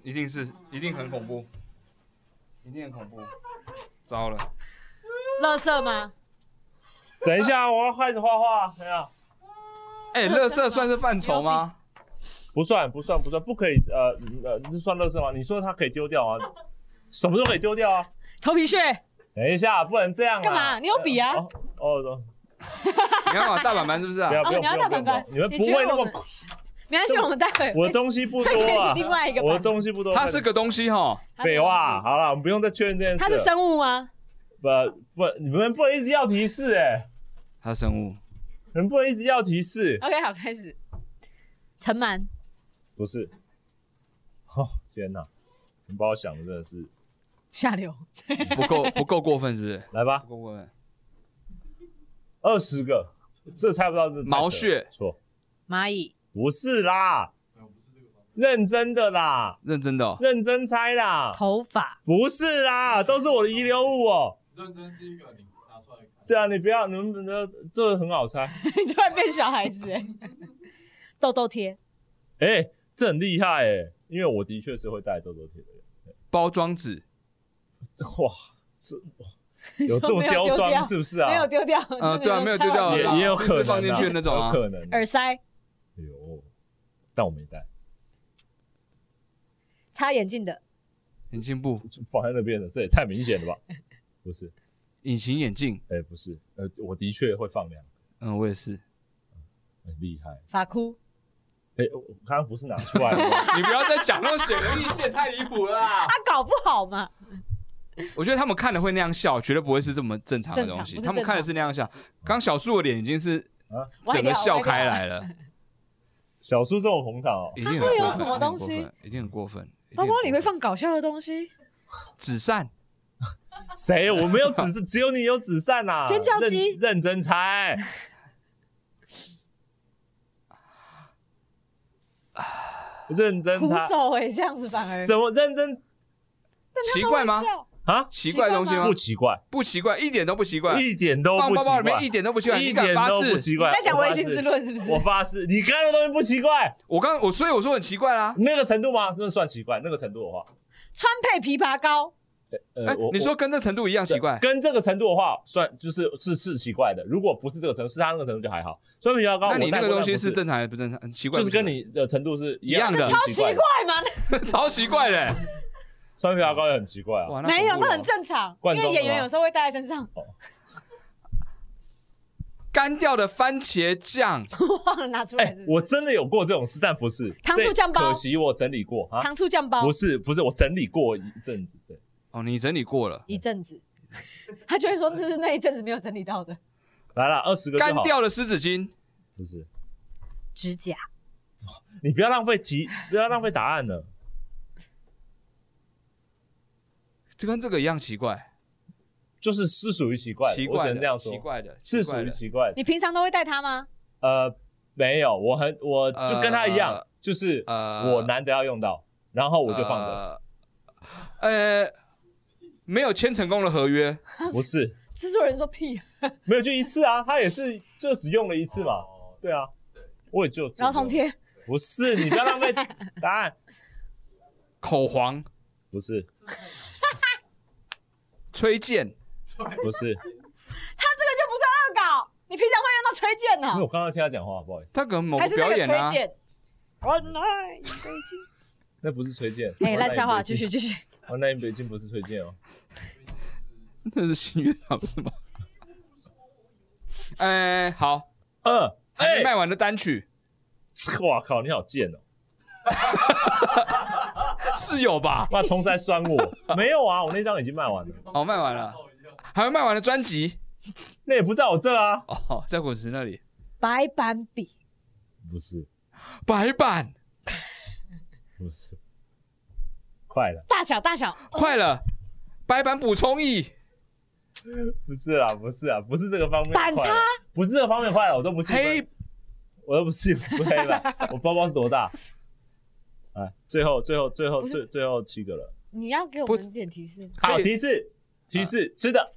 Speaker 1: 一定是，一定很恐怖，一定很恐怖。糟了，
Speaker 2: 垃圾吗？
Speaker 3: 等一下，我要开始画画。等一下，
Speaker 1: 哎，乐色算是范畴吗？
Speaker 3: 不算，不算，不算，不可以。呃呃，这算垃圾吗？你说它可以丢掉啊？什么都可以丢掉啊？
Speaker 2: 头皮屑？
Speaker 3: 等一下，不能这样啊。
Speaker 2: 干嘛你有笔啊
Speaker 3: 呃哦哦，
Speaker 1: 你看嘛，大板板是不是啊
Speaker 3: 不？要不用
Speaker 2: 哦你要
Speaker 3: 不
Speaker 2: 大
Speaker 3: 用不
Speaker 2: 本
Speaker 3: 用，
Speaker 2: 本
Speaker 3: 不用你们
Speaker 2: 你
Speaker 3: 不
Speaker 2: 觉得
Speaker 3: 会那
Speaker 2: 我
Speaker 3: 么
Speaker 2: 们，没关系，我们待会。
Speaker 3: 我的东西不多啊
Speaker 2: 另外一个版本
Speaker 3: 我的东西不多。
Speaker 1: 它是个东西哈，
Speaker 2: 它是
Speaker 3: 废
Speaker 2: 什么
Speaker 3: 话。
Speaker 2: 东
Speaker 3: 好了，我们不用再确认这件
Speaker 2: 西，
Speaker 3: 啊事
Speaker 2: 它
Speaker 3: 了。
Speaker 2: 是生物吗？
Speaker 3: 不不，你们不能一直要提示哎、
Speaker 1: 它是生物。
Speaker 3: 你们不能一直要提示。
Speaker 2: OK，好，开始。尘螨、
Speaker 3: 不是，哦天哪，你把我想的真的是，
Speaker 2: 下流、
Speaker 1: 不 够不够过分是不是？
Speaker 3: 来吧
Speaker 1: 不，够过分。
Speaker 3: 二十个，这猜不到这
Speaker 1: 毛屑
Speaker 3: 错，
Speaker 2: 蚂蚁、
Speaker 3: 不是啦，
Speaker 4: 没有，不是这个方法。
Speaker 3: 认真的啦，
Speaker 1: 认真的哦，
Speaker 3: 认真猜啦，
Speaker 2: 头发、
Speaker 3: 不是啦，都是我的遗留物哦。
Speaker 4: 认真是一个，你拿出来看。
Speaker 3: 对啊，你不要，你们呃，这很好猜，
Speaker 2: 你 突然变小孩子哎。痘痘贴、
Speaker 3: 哎、这很厉害哎、因为我的确是会带痘痘贴的人，
Speaker 1: 包装纸，
Speaker 3: 哇，是 哇有这么刁
Speaker 2: 没有丢掉
Speaker 3: 钻是不是啊？
Speaker 2: 没有丢掉，
Speaker 1: 呃，对啊，没有丢掉，
Speaker 3: 也也有可能啊、
Speaker 1: 是放进去的那种啊
Speaker 3: 有。可能啊、
Speaker 2: 耳塞、
Speaker 3: 有，但我没带，
Speaker 2: 擦眼镜的、
Speaker 1: 眼镜布，
Speaker 3: 就放在那边的，这也太明显了吧？不是，
Speaker 1: 隐形眼镜，
Speaker 3: 哎、不是，呃，我的确会放两个，
Speaker 1: 嗯，我也是。
Speaker 3: 很厉害。
Speaker 2: 发箍、
Speaker 3: 哎、我我刚刚不是拿出来了吗？
Speaker 1: 你不要再讲那种显而易见，太离谱了啦。
Speaker 2: 他搞不好嘛？
Speaker 1: 我觉得他们看了会那样笑，绝对不会是这么正常的东西。
Speaker 2: 正常不是
Speaker 1: 他们看的是那样笑。刚小树的脸已经是
Speaker 2: 歪
Speaker 1: 整
Speaker 2: 掉
Speaker 1: 个笑开来，了，
Speaker 3: 小叔这种捧场哦，
Speaker 1: 一定很
Speaker 2: 它会有
Speaker 1: 过分
Speaker 2: 什么东西？
Speaker 1: 一定很过分，一定很过分
Speaker 2: 歪掉包包里会放搞笑的东西，
Speaker 1: 纸扇，
Speaker 3: 谁？我没有纸扇，只有你有纸扇呐、啊。
Speaker 2: 尖叫鸡
Speaker 3: 认认 真猜，认真
Speaker 2: 徒
Speaker 3: 猜，
Speaker 2: 手哎，这样子反而
Speaker 3: 怎么认真
Speaker 2: 但他
Speaker 1: 奇
Speaker 2: 们
Speaker 1: 怪
Speaker 2: 会
Speaker 1: 吗
Speaker 2: 笑
Speaker 3: 啊？
Speaker 1: 奇怪的东西吗
Speaker 3: 不？奇怪，
Speaker 1: 不奇怪，一点都不奇怪。
Speaker 3: 一点都
Speaker 1: 放
Speaker 3: 不
Speaker 1: 包
Speaker 3: 奇
Speaker 1: 包里面
Speaker 3: 怪，
Speaker 1: 一点都不奇怪，
Speaker 3: 一
Speaker 1: 你敢
Speaker 3: 点
Speaker 1: 发
Speaker 3: 都不
Speaker 1: 誓？
Speaker 3: 奇怪。
Speaker 2: 在讲
Speaker 3: 我
Speaker 2: 唯
Speaker 3: 发
Speaker 2: 心
Speaker 3: 誓
Speaker 2: 之，论是不是
Speaker 3: 我？发誓，你看的东西不奇怪，
Speaker 1: 我刚我所以我说很奇怪啦。
Speaker 3: 那个程度吗？真的算奇怪，那个程度的话，
Speaker 2: 川配枇杷膏，
Speaker 3: 呃
Speaker 1: 哎，你说跟这程度一样奇怪？
Speaker 3: 跟这个程度的话，算就是是是奇怪的。如果不是这个程度，是他那个程度就还好。所以比较高，
Speaker 1: 那你
Speaker 3: 我戴
Speaker 1: 那个
Speaker 3: 过
Speaker 1: 东西
Speaker 3: 但不
Speaker 1: 是
Speaker 3: 是
Speaker 1: 正常还是不正常？很奇怪，
Speaker 3: 就是跟
Speaker 1: 不奇
Speaker 3: 你的程度是一
Speaker 1: 一样的
Speaker 3: 很
Speaker 1: 超
Speaker 2: 好奇
Speaker 3: 怪的。
Speaker 2: 怪嘛？
Speaker 1: 怪超奇怪嘞！
Speaker 3: 双皮牙膏也很奇怪
Speaker 1: 哇，
Speaker 3: 啊。
Speaker 1: 那
Speaker 2: 没有，
Speaker 1: 恐怖了
Speaker 2: 那很正常，因
Speaker 3: 罐装的
Speaker 2: 为
Speaker 3: 吗
Speaker 2: 演员有时候会带在身上。
Speaker 1: 干掉的番茄酱，
Speaker 2: 忘了拿出来
Speaker 3: 哎
Speaker 2: 是，不
Speaker 3: 我
Speaker 2: 是？
Speaker 3: 真的有过这种事，但不是
Speaker 2: 糖醋
Speaker 3: 这
Speaker 2: 酱包
Speaker 3: 可惜我整理过啊，
Speaker 2: 糖醋酱包
Speaker 3: 不是不是，我整理过一阵子，对，
Speaker 1: 哦，你整理过了，
Speaker 2: 一阵子，他就会说这是那一阵子没有整理到的
Speaker 3: 来了二十个就
Speaker 1: 干
Speaker 3: 好，
Speaker 1: 掉的湿纸巾，
Speaker 3: 不是？
Speaker 2: 指甲。
Speaker 3: 你不要浪费题，不要浪费答案了。
Speaker 1: 这跟这个一样奇怪，
Speaker 3: 就是是属于奇怪的，
Speaker 1: 奇
Speaker 3: 我
Speaker 1: 怪
Speaker 3: 只能这样
Speaker 1: 的，
Speaker 3: 说，
Speaker 1: 奇怪的，
Speaker 3: 是属
Speaker 1: 怪
Speaker 3: 于
Speaker 1: 的
Speaker 3: 奇怪的。
Speaker 2: 你平常都会带它吗？
Speaker 3: 呃，没有，我很我就跟他一样，
Speaker 1: 呃
Speaker 3: 就是
Speaker 1: 呃
Speaker 3: 我难得要用到，然后我就放着，
Speaker 1: 呃。呃没有签成功的合约，
Speaker 3: 不是，
Speaker 2: 制作人说屁、啊
Speaker 3: 没有就一次啊，他也是就只用了一次嘛，
Speaker 4: 哦
Speaker 3: 对啊，我也就这个
Speaker 2: 然后同，贴
Speaker 3: 不是，你不要浪费答案，
Speaker 1: 口黄、
Speaker 3: 不是，
Speaker 1: 吹剑，
Speaker 3: 不
Speaker 2: 就
Speaker 3: 是，
Speaker 2: 不算恶搞。你平常会用到吹剑
Speaker 3: 因为
Speaker 2: 呢、
Speaker 3: 我刚刚听他讲话，不好意思，
Speaker 1: 他可能某
Speaker 2: 还是那
Speaker 1: 表
Speaker 2: 个
Speaker 1: 演啊
Speaker 2: 吹，剑？哎我来北京。
Speaker 3: 那不是崔健，
Speaker 2: 哎，烂笑话，
Speaker 3: 王乃
Speaker 2: 继
Speaker 3: 云
Speaker 2: 续继续。
Speaker 3: 北京，王乃云北京不是崔健哦，
Speaker 1: 那是新月堂是吗？ 哎、好，
Speaker 3: 嗯，
Speaker 1: 还
Speaker 3: 哎
Speaker 1: 没，卖完的单曲、
Speaker 3: 哇靠，你好贱哦，
Speaker 1: 是有吧？
Speaker 3: 哇，同事还酸 我，没有啊，我那张已经卖完了，
Speaker 1: 哦，卖完了，还有卖完的专辑
Speaker 3: 那也不在我这啊，
Speaker 1: 哦，在滚石那里，
Speaker 2: 白板笔，
Speaker 3: 不是，
Speaker 1: 白板
Speaker 3: 不是，快了，
Speaker 2: 大小大小，
Speaker 1: 快了，白板补充液，
Speaker 3: 不是啦，不是啊，不是这个方面，
Speaker 2: 板
Speaker 3: 快了
Speaker 2: 擦
Speaker 3: 不是这个方面坏了，我都不信，
Speaker 1: 黑
Speaker 3: 我都不信，不黑了，我包包是多大？ 哎，最后最后最后
Speaker 2: 不是
Speaker 3: 最最后七个了，
Speaker 2: 你要给我
Speaker 1: 不
Speaker 2: 们点提示。
Speaker 3: 好
Speaker 1: 对
Speaker 3: 提示啊提示吃的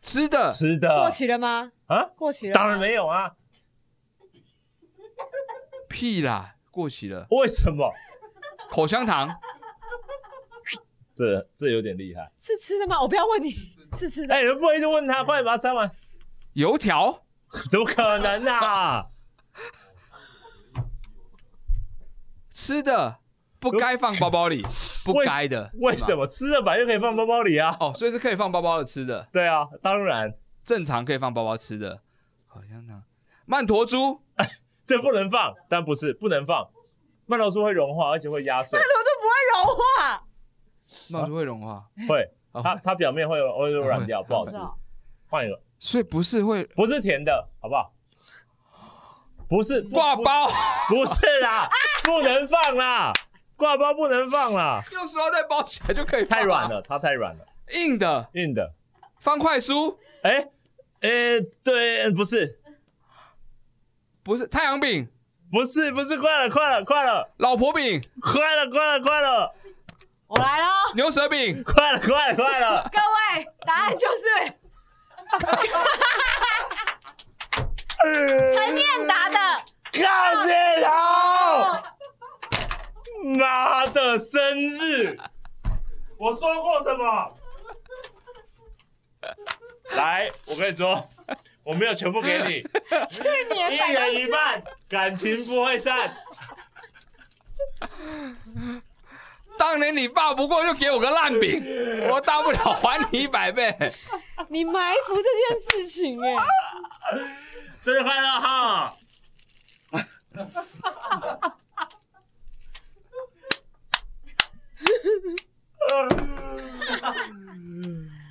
Speaker 1: 吃的
Speaker 3: 吃的
Speaker 2: 过期了吗？
Speaker 3: 啊，
Speaker 2: 过期了吗？
Speaker 3: 当然没有啊，
Speaker 1: 屁啦，过期了，
Speaker 3: 为什么？
Speaker 1: 口香糖，
Speaker 3: 这这有点厉害，
Speaker 2: 是吃的吗？我不要问 你，是吃的。
Speaker 3: 哎，不好意思问他，快点把它拆完，
Speaker 1: 油条，
Speaker 3: 怎么可能 啊？
Speaker 1: 吃的不该放包 包里，不
Speaker 3: 为
Speaker 1: 该的，
Speaker 3: 为什
Speaker 1: 么？
Speaker 3: 么吃的本来就可以放包包里啊？
Speaker 1: 哦，所以是可以放包包的吃的，
Speaker 3: 对啊，当然
Speaker 1: 正常可以放包包吃的，口香糖，曼陀珠，
Speaker 3: 这不能放，但不是不能放，曼陀珠会融化，而且会压碎，
Speaker 2: 我就不会融化。
Speaker 1: 曼陀珠会融化，
Speaker 3: 会
Speaker 1: 哦
Speaker 3: 它它表面会有会软掉，
Speaker 1: 会
Speaker 3: 不好吃
Speaker 2: 是。哦
Speaker 3: 换一个，
Speaker 1: 所以不是会
Speaker 3: 不是甜的，好不好？不是不
Speaker 1: 挂包，
Speaker 3: 不是啦，不能放啦，挂包不能放啦，
Speaker 1: 用塑料袋包起来就可以，
Speaker 3: 太软，了，它太软了，
Speaker 1: 硬的
Speaker 3: 硬的。
Speaker 1: 方块书
Speaker 3: 哎、哎，对，不是，
Speaker 1: 不是太阳饼，
Speaker 3: 不是，不是，快了，快了，快了，
Speaker 1: 老婆饼，
Speaker 3: 快了，快了，快了，
Speaker 2: 我来喽，
Speaker 1: 牛舌饼。
Speaker 3: 快了，快了，快了，
Speaker 2: 各位，答案就是陈念达的。
Speaker 3: 看镜头，妈的生日，我说过什么？来，我跟你说，我没有全部给你。
Speaker 2: 去年
Speaker 3: 一
Speaker 2: 买
Speaker 3: 人一半，感情不会散。
Speaker 1: 当年你爸不过就给我个烂饼，我大不了还你一百倍。
Speaker 2: 你埋伏这件事情哎、
Speaker 3: 生日快乐哈！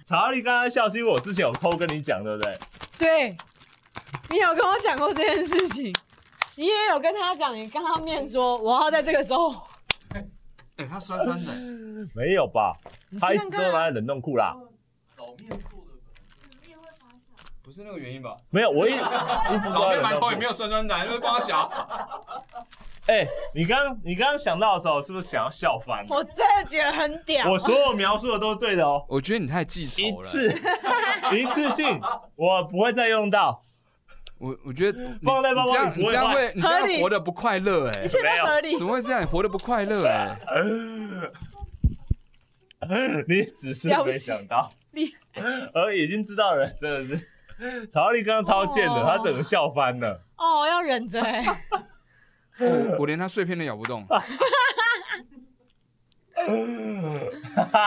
Speaker 3: 查理刚刚笑是因为我之前有偷跟你讲，对不对？
Speaker 2: 对，你有跟我讲过这件事情，你也有跟他讲，你跟他面说我要在这个时候，
Speaker 1: 哎、它酸酸的，
Speaker 3: 没有吧？他一
Speaker 2: 看看啊
Speaker 3: 直都拿在冷冻库啦。
Speaker 4: 老面做的
Speaker 1: 不是那个原因吧？
Speaker 3: 没有，我一一直都在冷冻库。
Speaker 1: 有酸酸的，因为光小。
Speaker 3: 哎、你刚你刚刚想到的时候，是不是想要笑翻？
Speaker 2: 我真的觉得很屌。
Speaker 3: 我所有描述的都是对的哦。
Speaker 1: 我觉得你太记仇了。
Speaker 3: 一次一次性，我不会再用到。
Speaker 1: 我我觉得你
Speaker 3: 放在包
Speaker 1: 你
Speaker 3: 包
Speaker 1: 这样
Speaker 3: 里
Speaker 1: 你
Speaker 3: 不
Speaker 1: 这
Speaker 3: 会
Speaker 1: 样
Speaker 3: 坏
Speaker 1: 会你这
Speaker 2: 合理
Speaker 1: 样活得不快乐 哎、
Speaker 2: 一切都合理
Speaker 1: 怎，么会这样？你活得不快乐哎、
Speaker 3: 你只是
Speaker 2: 了不
Speaker 3: 没
Speaker 2: 起
Speaker 3: 想到，
Speaker 2: 厉
Speaker 3: 而已经知道了，真的是。曹丽刚刚超贱的，
Speaker 2: 哦
Speaker 3: 他整个笑翻了。
Speaker 2: 哦，要忍着哎、
Speaker 1: 我我连它碎片都咬不动。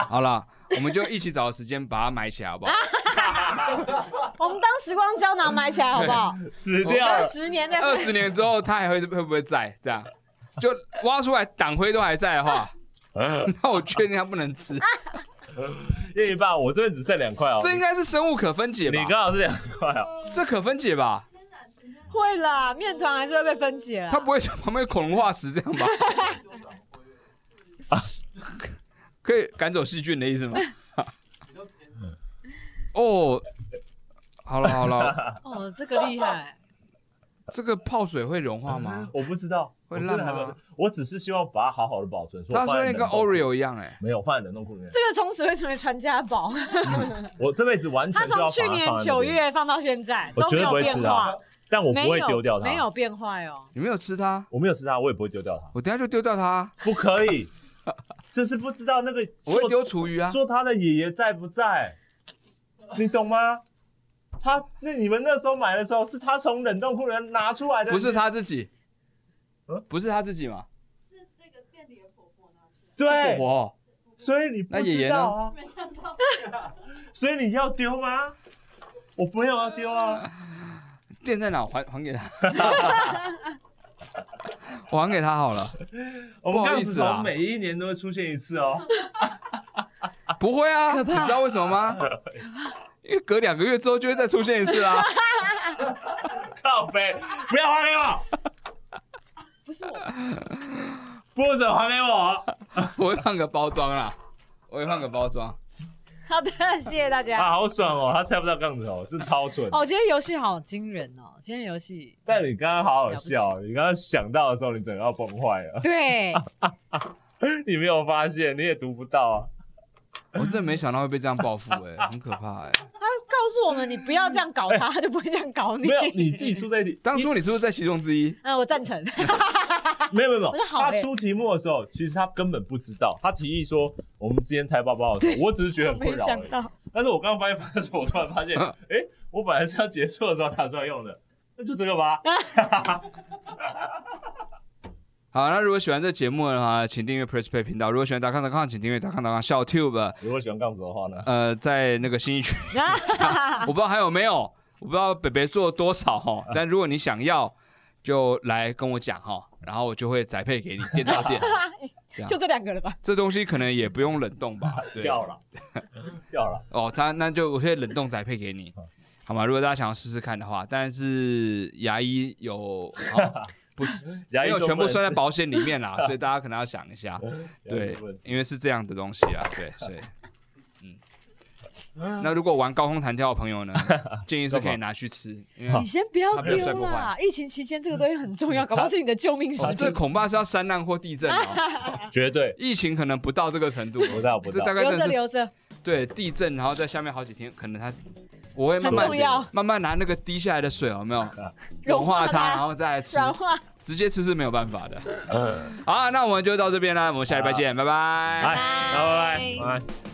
Speaker 1: 好了，我们就一起找时间把它埋起来，好不好？
Speaker 2: 我们当时光胶囊埋起来好不 好？
Speaker 3: 死
Speaker 1: 我
Speaker 3: 掉
Speaker 2: 二
Speaker 3: 了，
Speaker 2: 十年再
Speaker 1: 二十年之后，它还会会不会在？这样就挖出来党徽都还在的话，那我确定它不能吃。
Speaker 3: 呃另一半，我这边只剩两块哦。
Speaker 1: 这应该是生物可分解吧
Speaker 3: 你？刚好是两块哦。
Speaker 1: 这可分解吧？
Speaker 2: 会啦，面团还是会被分解啦。
Speaker 1: 它不会说旁边有恐龙化石这样 吧？可以赶走细菌的意思吗？
Speaker 3: 嗯
Speaker 1: 哦，好了好了，
Speaker 2: 哦，这个厉害，
Speaker 1: 这个泡水会融化吗？
Speaker 3: 我不知道，
Speaker 1: 会
Speaker 3: 我真的
Speaker 1: 烂
Speaker 3: 还没有
Speaker 1: 吗
Speaker 3: 吃，我只是希望把它好好的保存。所以我
Speaker 1: 它
Speaker 3: 放
Speaker 1: 说
Speaker 3: 在
Speaker 1: 那
Speaker 3: 冷
Speaker 1: 跟
Speaker 3: 冻库
Speaker 1: Oreo 一样哎、
Speaker 3: 没有放在冷冻库里面。
Speaker 2: 这个从此会成为传家 宝。
Speaker 3: 我这辈子完全
Speaker 2: 他
Speaker 3: 都要
Speaker 2: 从
Speaker 3: 把
Speaker 2: 去
Speaker 3: 它
Speaker 2: 年
Speaker 3: 放在那
Speaker 2: 九
Speaker 3: 边，
Speaker 2: 月放到现在
Speaker 3: 我
Speaker 2: 都
Speaker 3: 绝
Speaker 2: 没
Speaker 3: 对
Speaker 2: 有
Speaker 3: 不会
Speaker 2: 变
Speaker 3: 吃
Speaker 2: 化
Speaker 3: 它，，但我不
Speaker 2: 没
Speaker 3: 会
Speaker 2: 有
Speaker 3: 丢掉它，
Speaker 2: 没有，变坏哦。
Speaker 1: 你没有吃它？
Speaker 3: 我没有吃它，我也不会丢掉它，
Speaker 1: 我等一下就丢掉它啊，
Speaker 3: 不可 以。这是不知道那个
Speaker 1: 我会
Speaker 3: 做
Speaker 1: 丢厨 余啊。
Speaker 3: 做他的爷爷在不在，你懂吗？他那你们那时候买的时候，是他从冷冻库里面拿出来的，
Speaker 1: 不是他自己
Speaker 3: 嗯，
Speaker 1: 不是他自己嘛？
Speaker 6: 是那个店里的婆婆拿出来，
Speaker 3: 对，
Speaker 1: 我
Speaker 3: 所以你不
Speaker 1: 那爷
Speaker 3: 知
Speaker 1: 爷
Speaker 3: 道啊，
Speaker 6: 没看到。
Speaker 3: 所以你要丢吗？我没有要丢啊，
Speaker 1: 店在哪？我还还给 他，我还给他好了。
Speaker 3: 哦我
Speaker 1: 不
Speaker 3: 们
Speaker 1: 好
Speaker 3: 杠
Speaker 1: 意
Speaker 3: 子
Speaker 1: 思啊
Speaker 3: 头每一年都会出现一次 哦。
Speaker 1: 不会啊，
Speaker 2: 可
Speaker 1: 你
Speaker 2: 怕
Speaker 1: 知道为什么吗？因为隔两个月之后就会再出现一次啊。
Speaker 3: 靠背，不要还给我，
Speaker 2: 不是我，
Speaker 3: 不准还给我。
Speaker 1: 我会换个包装啦，我会换个包装。
Speaker 2: 好的，谢谢大家。
Speaker 3: 啊，好爽哦，他猜不到杠子头，这超蠢。
Speaker 2: 哦，今天游戏好惊人哦！今天游戏
Speaker 3: 但你刚刚好好笑，你刚刚想到的时候，你整个要崩坏了，
Speaker 2: 对，
Speaker 3: 你没有发现，你也读不 到啊。
Speaker 1: 我真的没想到会被这样报复，哎，很可怕哎。
Speaker 2: 他告诉我们你不要这样搞他，他就不会这样搞你。
Speaker 3: 没有， 你自己出这一题，
Speaker 1: 当初你是不是在其中之一？
Speaker 2: 嗯，我赞成。
Speaker 3: 没有没有没有
Speaker 2: 我说，好
Speaker 3: 他
Speaker 2: 欸
Speaker 3: 出题目的时候，其实他根本不知道。他提议说我们之间猜包包的时候，我只是觉得很
Speaker 2: 没
Speaker 3: 困扰
Speaker 2: 想
Speaker 3: 而已。
Speaker 2: 到，
Speaker 3: 但是我刚刚发现，发现我突然发 现，哎，我本来是要结束的时候打算用的，那就这个吧。
Speaker 2: 啊
Speaker 1: 好，那如果喜欢这节目的话，请订阅 Press Play 频道。如果喜欢达康达康，请订阅达康达康小 Tube。
Speaker 3: 如果喜欢杠子的话呢，
Speaker 1: 呃，在那个新 一区。
Speaker 3: 欸
Speaker 2: 啊
Speaker 1: 我不知道还有没有，我不知道北北做多少 哈，但如果你想要，就来跟我讲哈，然后我就会宅配给你店到 店。
Speaker 2: 就这两个了吧？
Speaker 1: 这东西可能也不用冷冻吧？对，
Speaker 3: 掉了，掉了。
Speaker 1: 哦，他那就我会冷冻宅配给你，好吗？如果大家想要试试看的话，但是牙医有。好不是，
Speaker 3: 牙
Speaker 1: 没
Speaker 3: 医
Speaker 1: 有
Speaker 3: 说
Speaker 1: 全
Speaker 3: 不
Speaker 1: 部
Speaker 3: 能
Speaker 1: 算在
Speaker 3: 吃
Speaker 1: 保险里面 啦，所以大家可能要想一下，
Speaker 3: 牙医
Speaker 1: 对
Speaker 3: 说不能，吃
Speaker 1: 因为是这样的东西啊， 对，所以，嗯，那如果玩高空弹跳的朋 友呢，建议是可以拿去吃，因为
Speaker 3: 啊
Speaker 2: 你先不要
Speaker 1: 他没有
Speaker 2: 丢
Speaker 1: 摔不
Speaker 2: 啦！疫情期间这个东西很重
Speaker 3: 嗯
Speaker 2: 要，搞不好是你的救命石
Speaker 1: 哦、这
Speaker 2: 这
Speaker 1: 恐怕是要山难或地震哦。
Speaker 3: 绝对
Speaker 1: 疫情可能不到这个程度，
Speaker 3: 不到不
Speaker 1: 这
Speaker 3: 到
Speaker 1: 大概
Speaker 2: 留
Speaker 1: 真
Speaker 2: 着
Speaker 1: 的
Speaker 2: 留
Speaker 1: 是
Speaker 2: 着，
Speaker 1: 对地震，然后在下面好几天，可能它我会慢
Speaker 2: 很
Speaker 1: 慢
Speaker 2: 重要
Speaker 1: 慢慢拿那个滴下来的水，有没有
Speaker 2: 融
Speaker 1: 融
Speaker 2: 化
Speaker 1: 化
Speaker 2: 它
Speaker 1: 它，然后啊再来吃，
Speaker 2: 软化。
Speaker 1: 直接吃是没有办法
Speaker 3: 嗯
Speaker 1: 的。好，那我们就到这边啦，我们下礼拜见，拜拜。
Speaker 3: 哎，拜拜拜拜。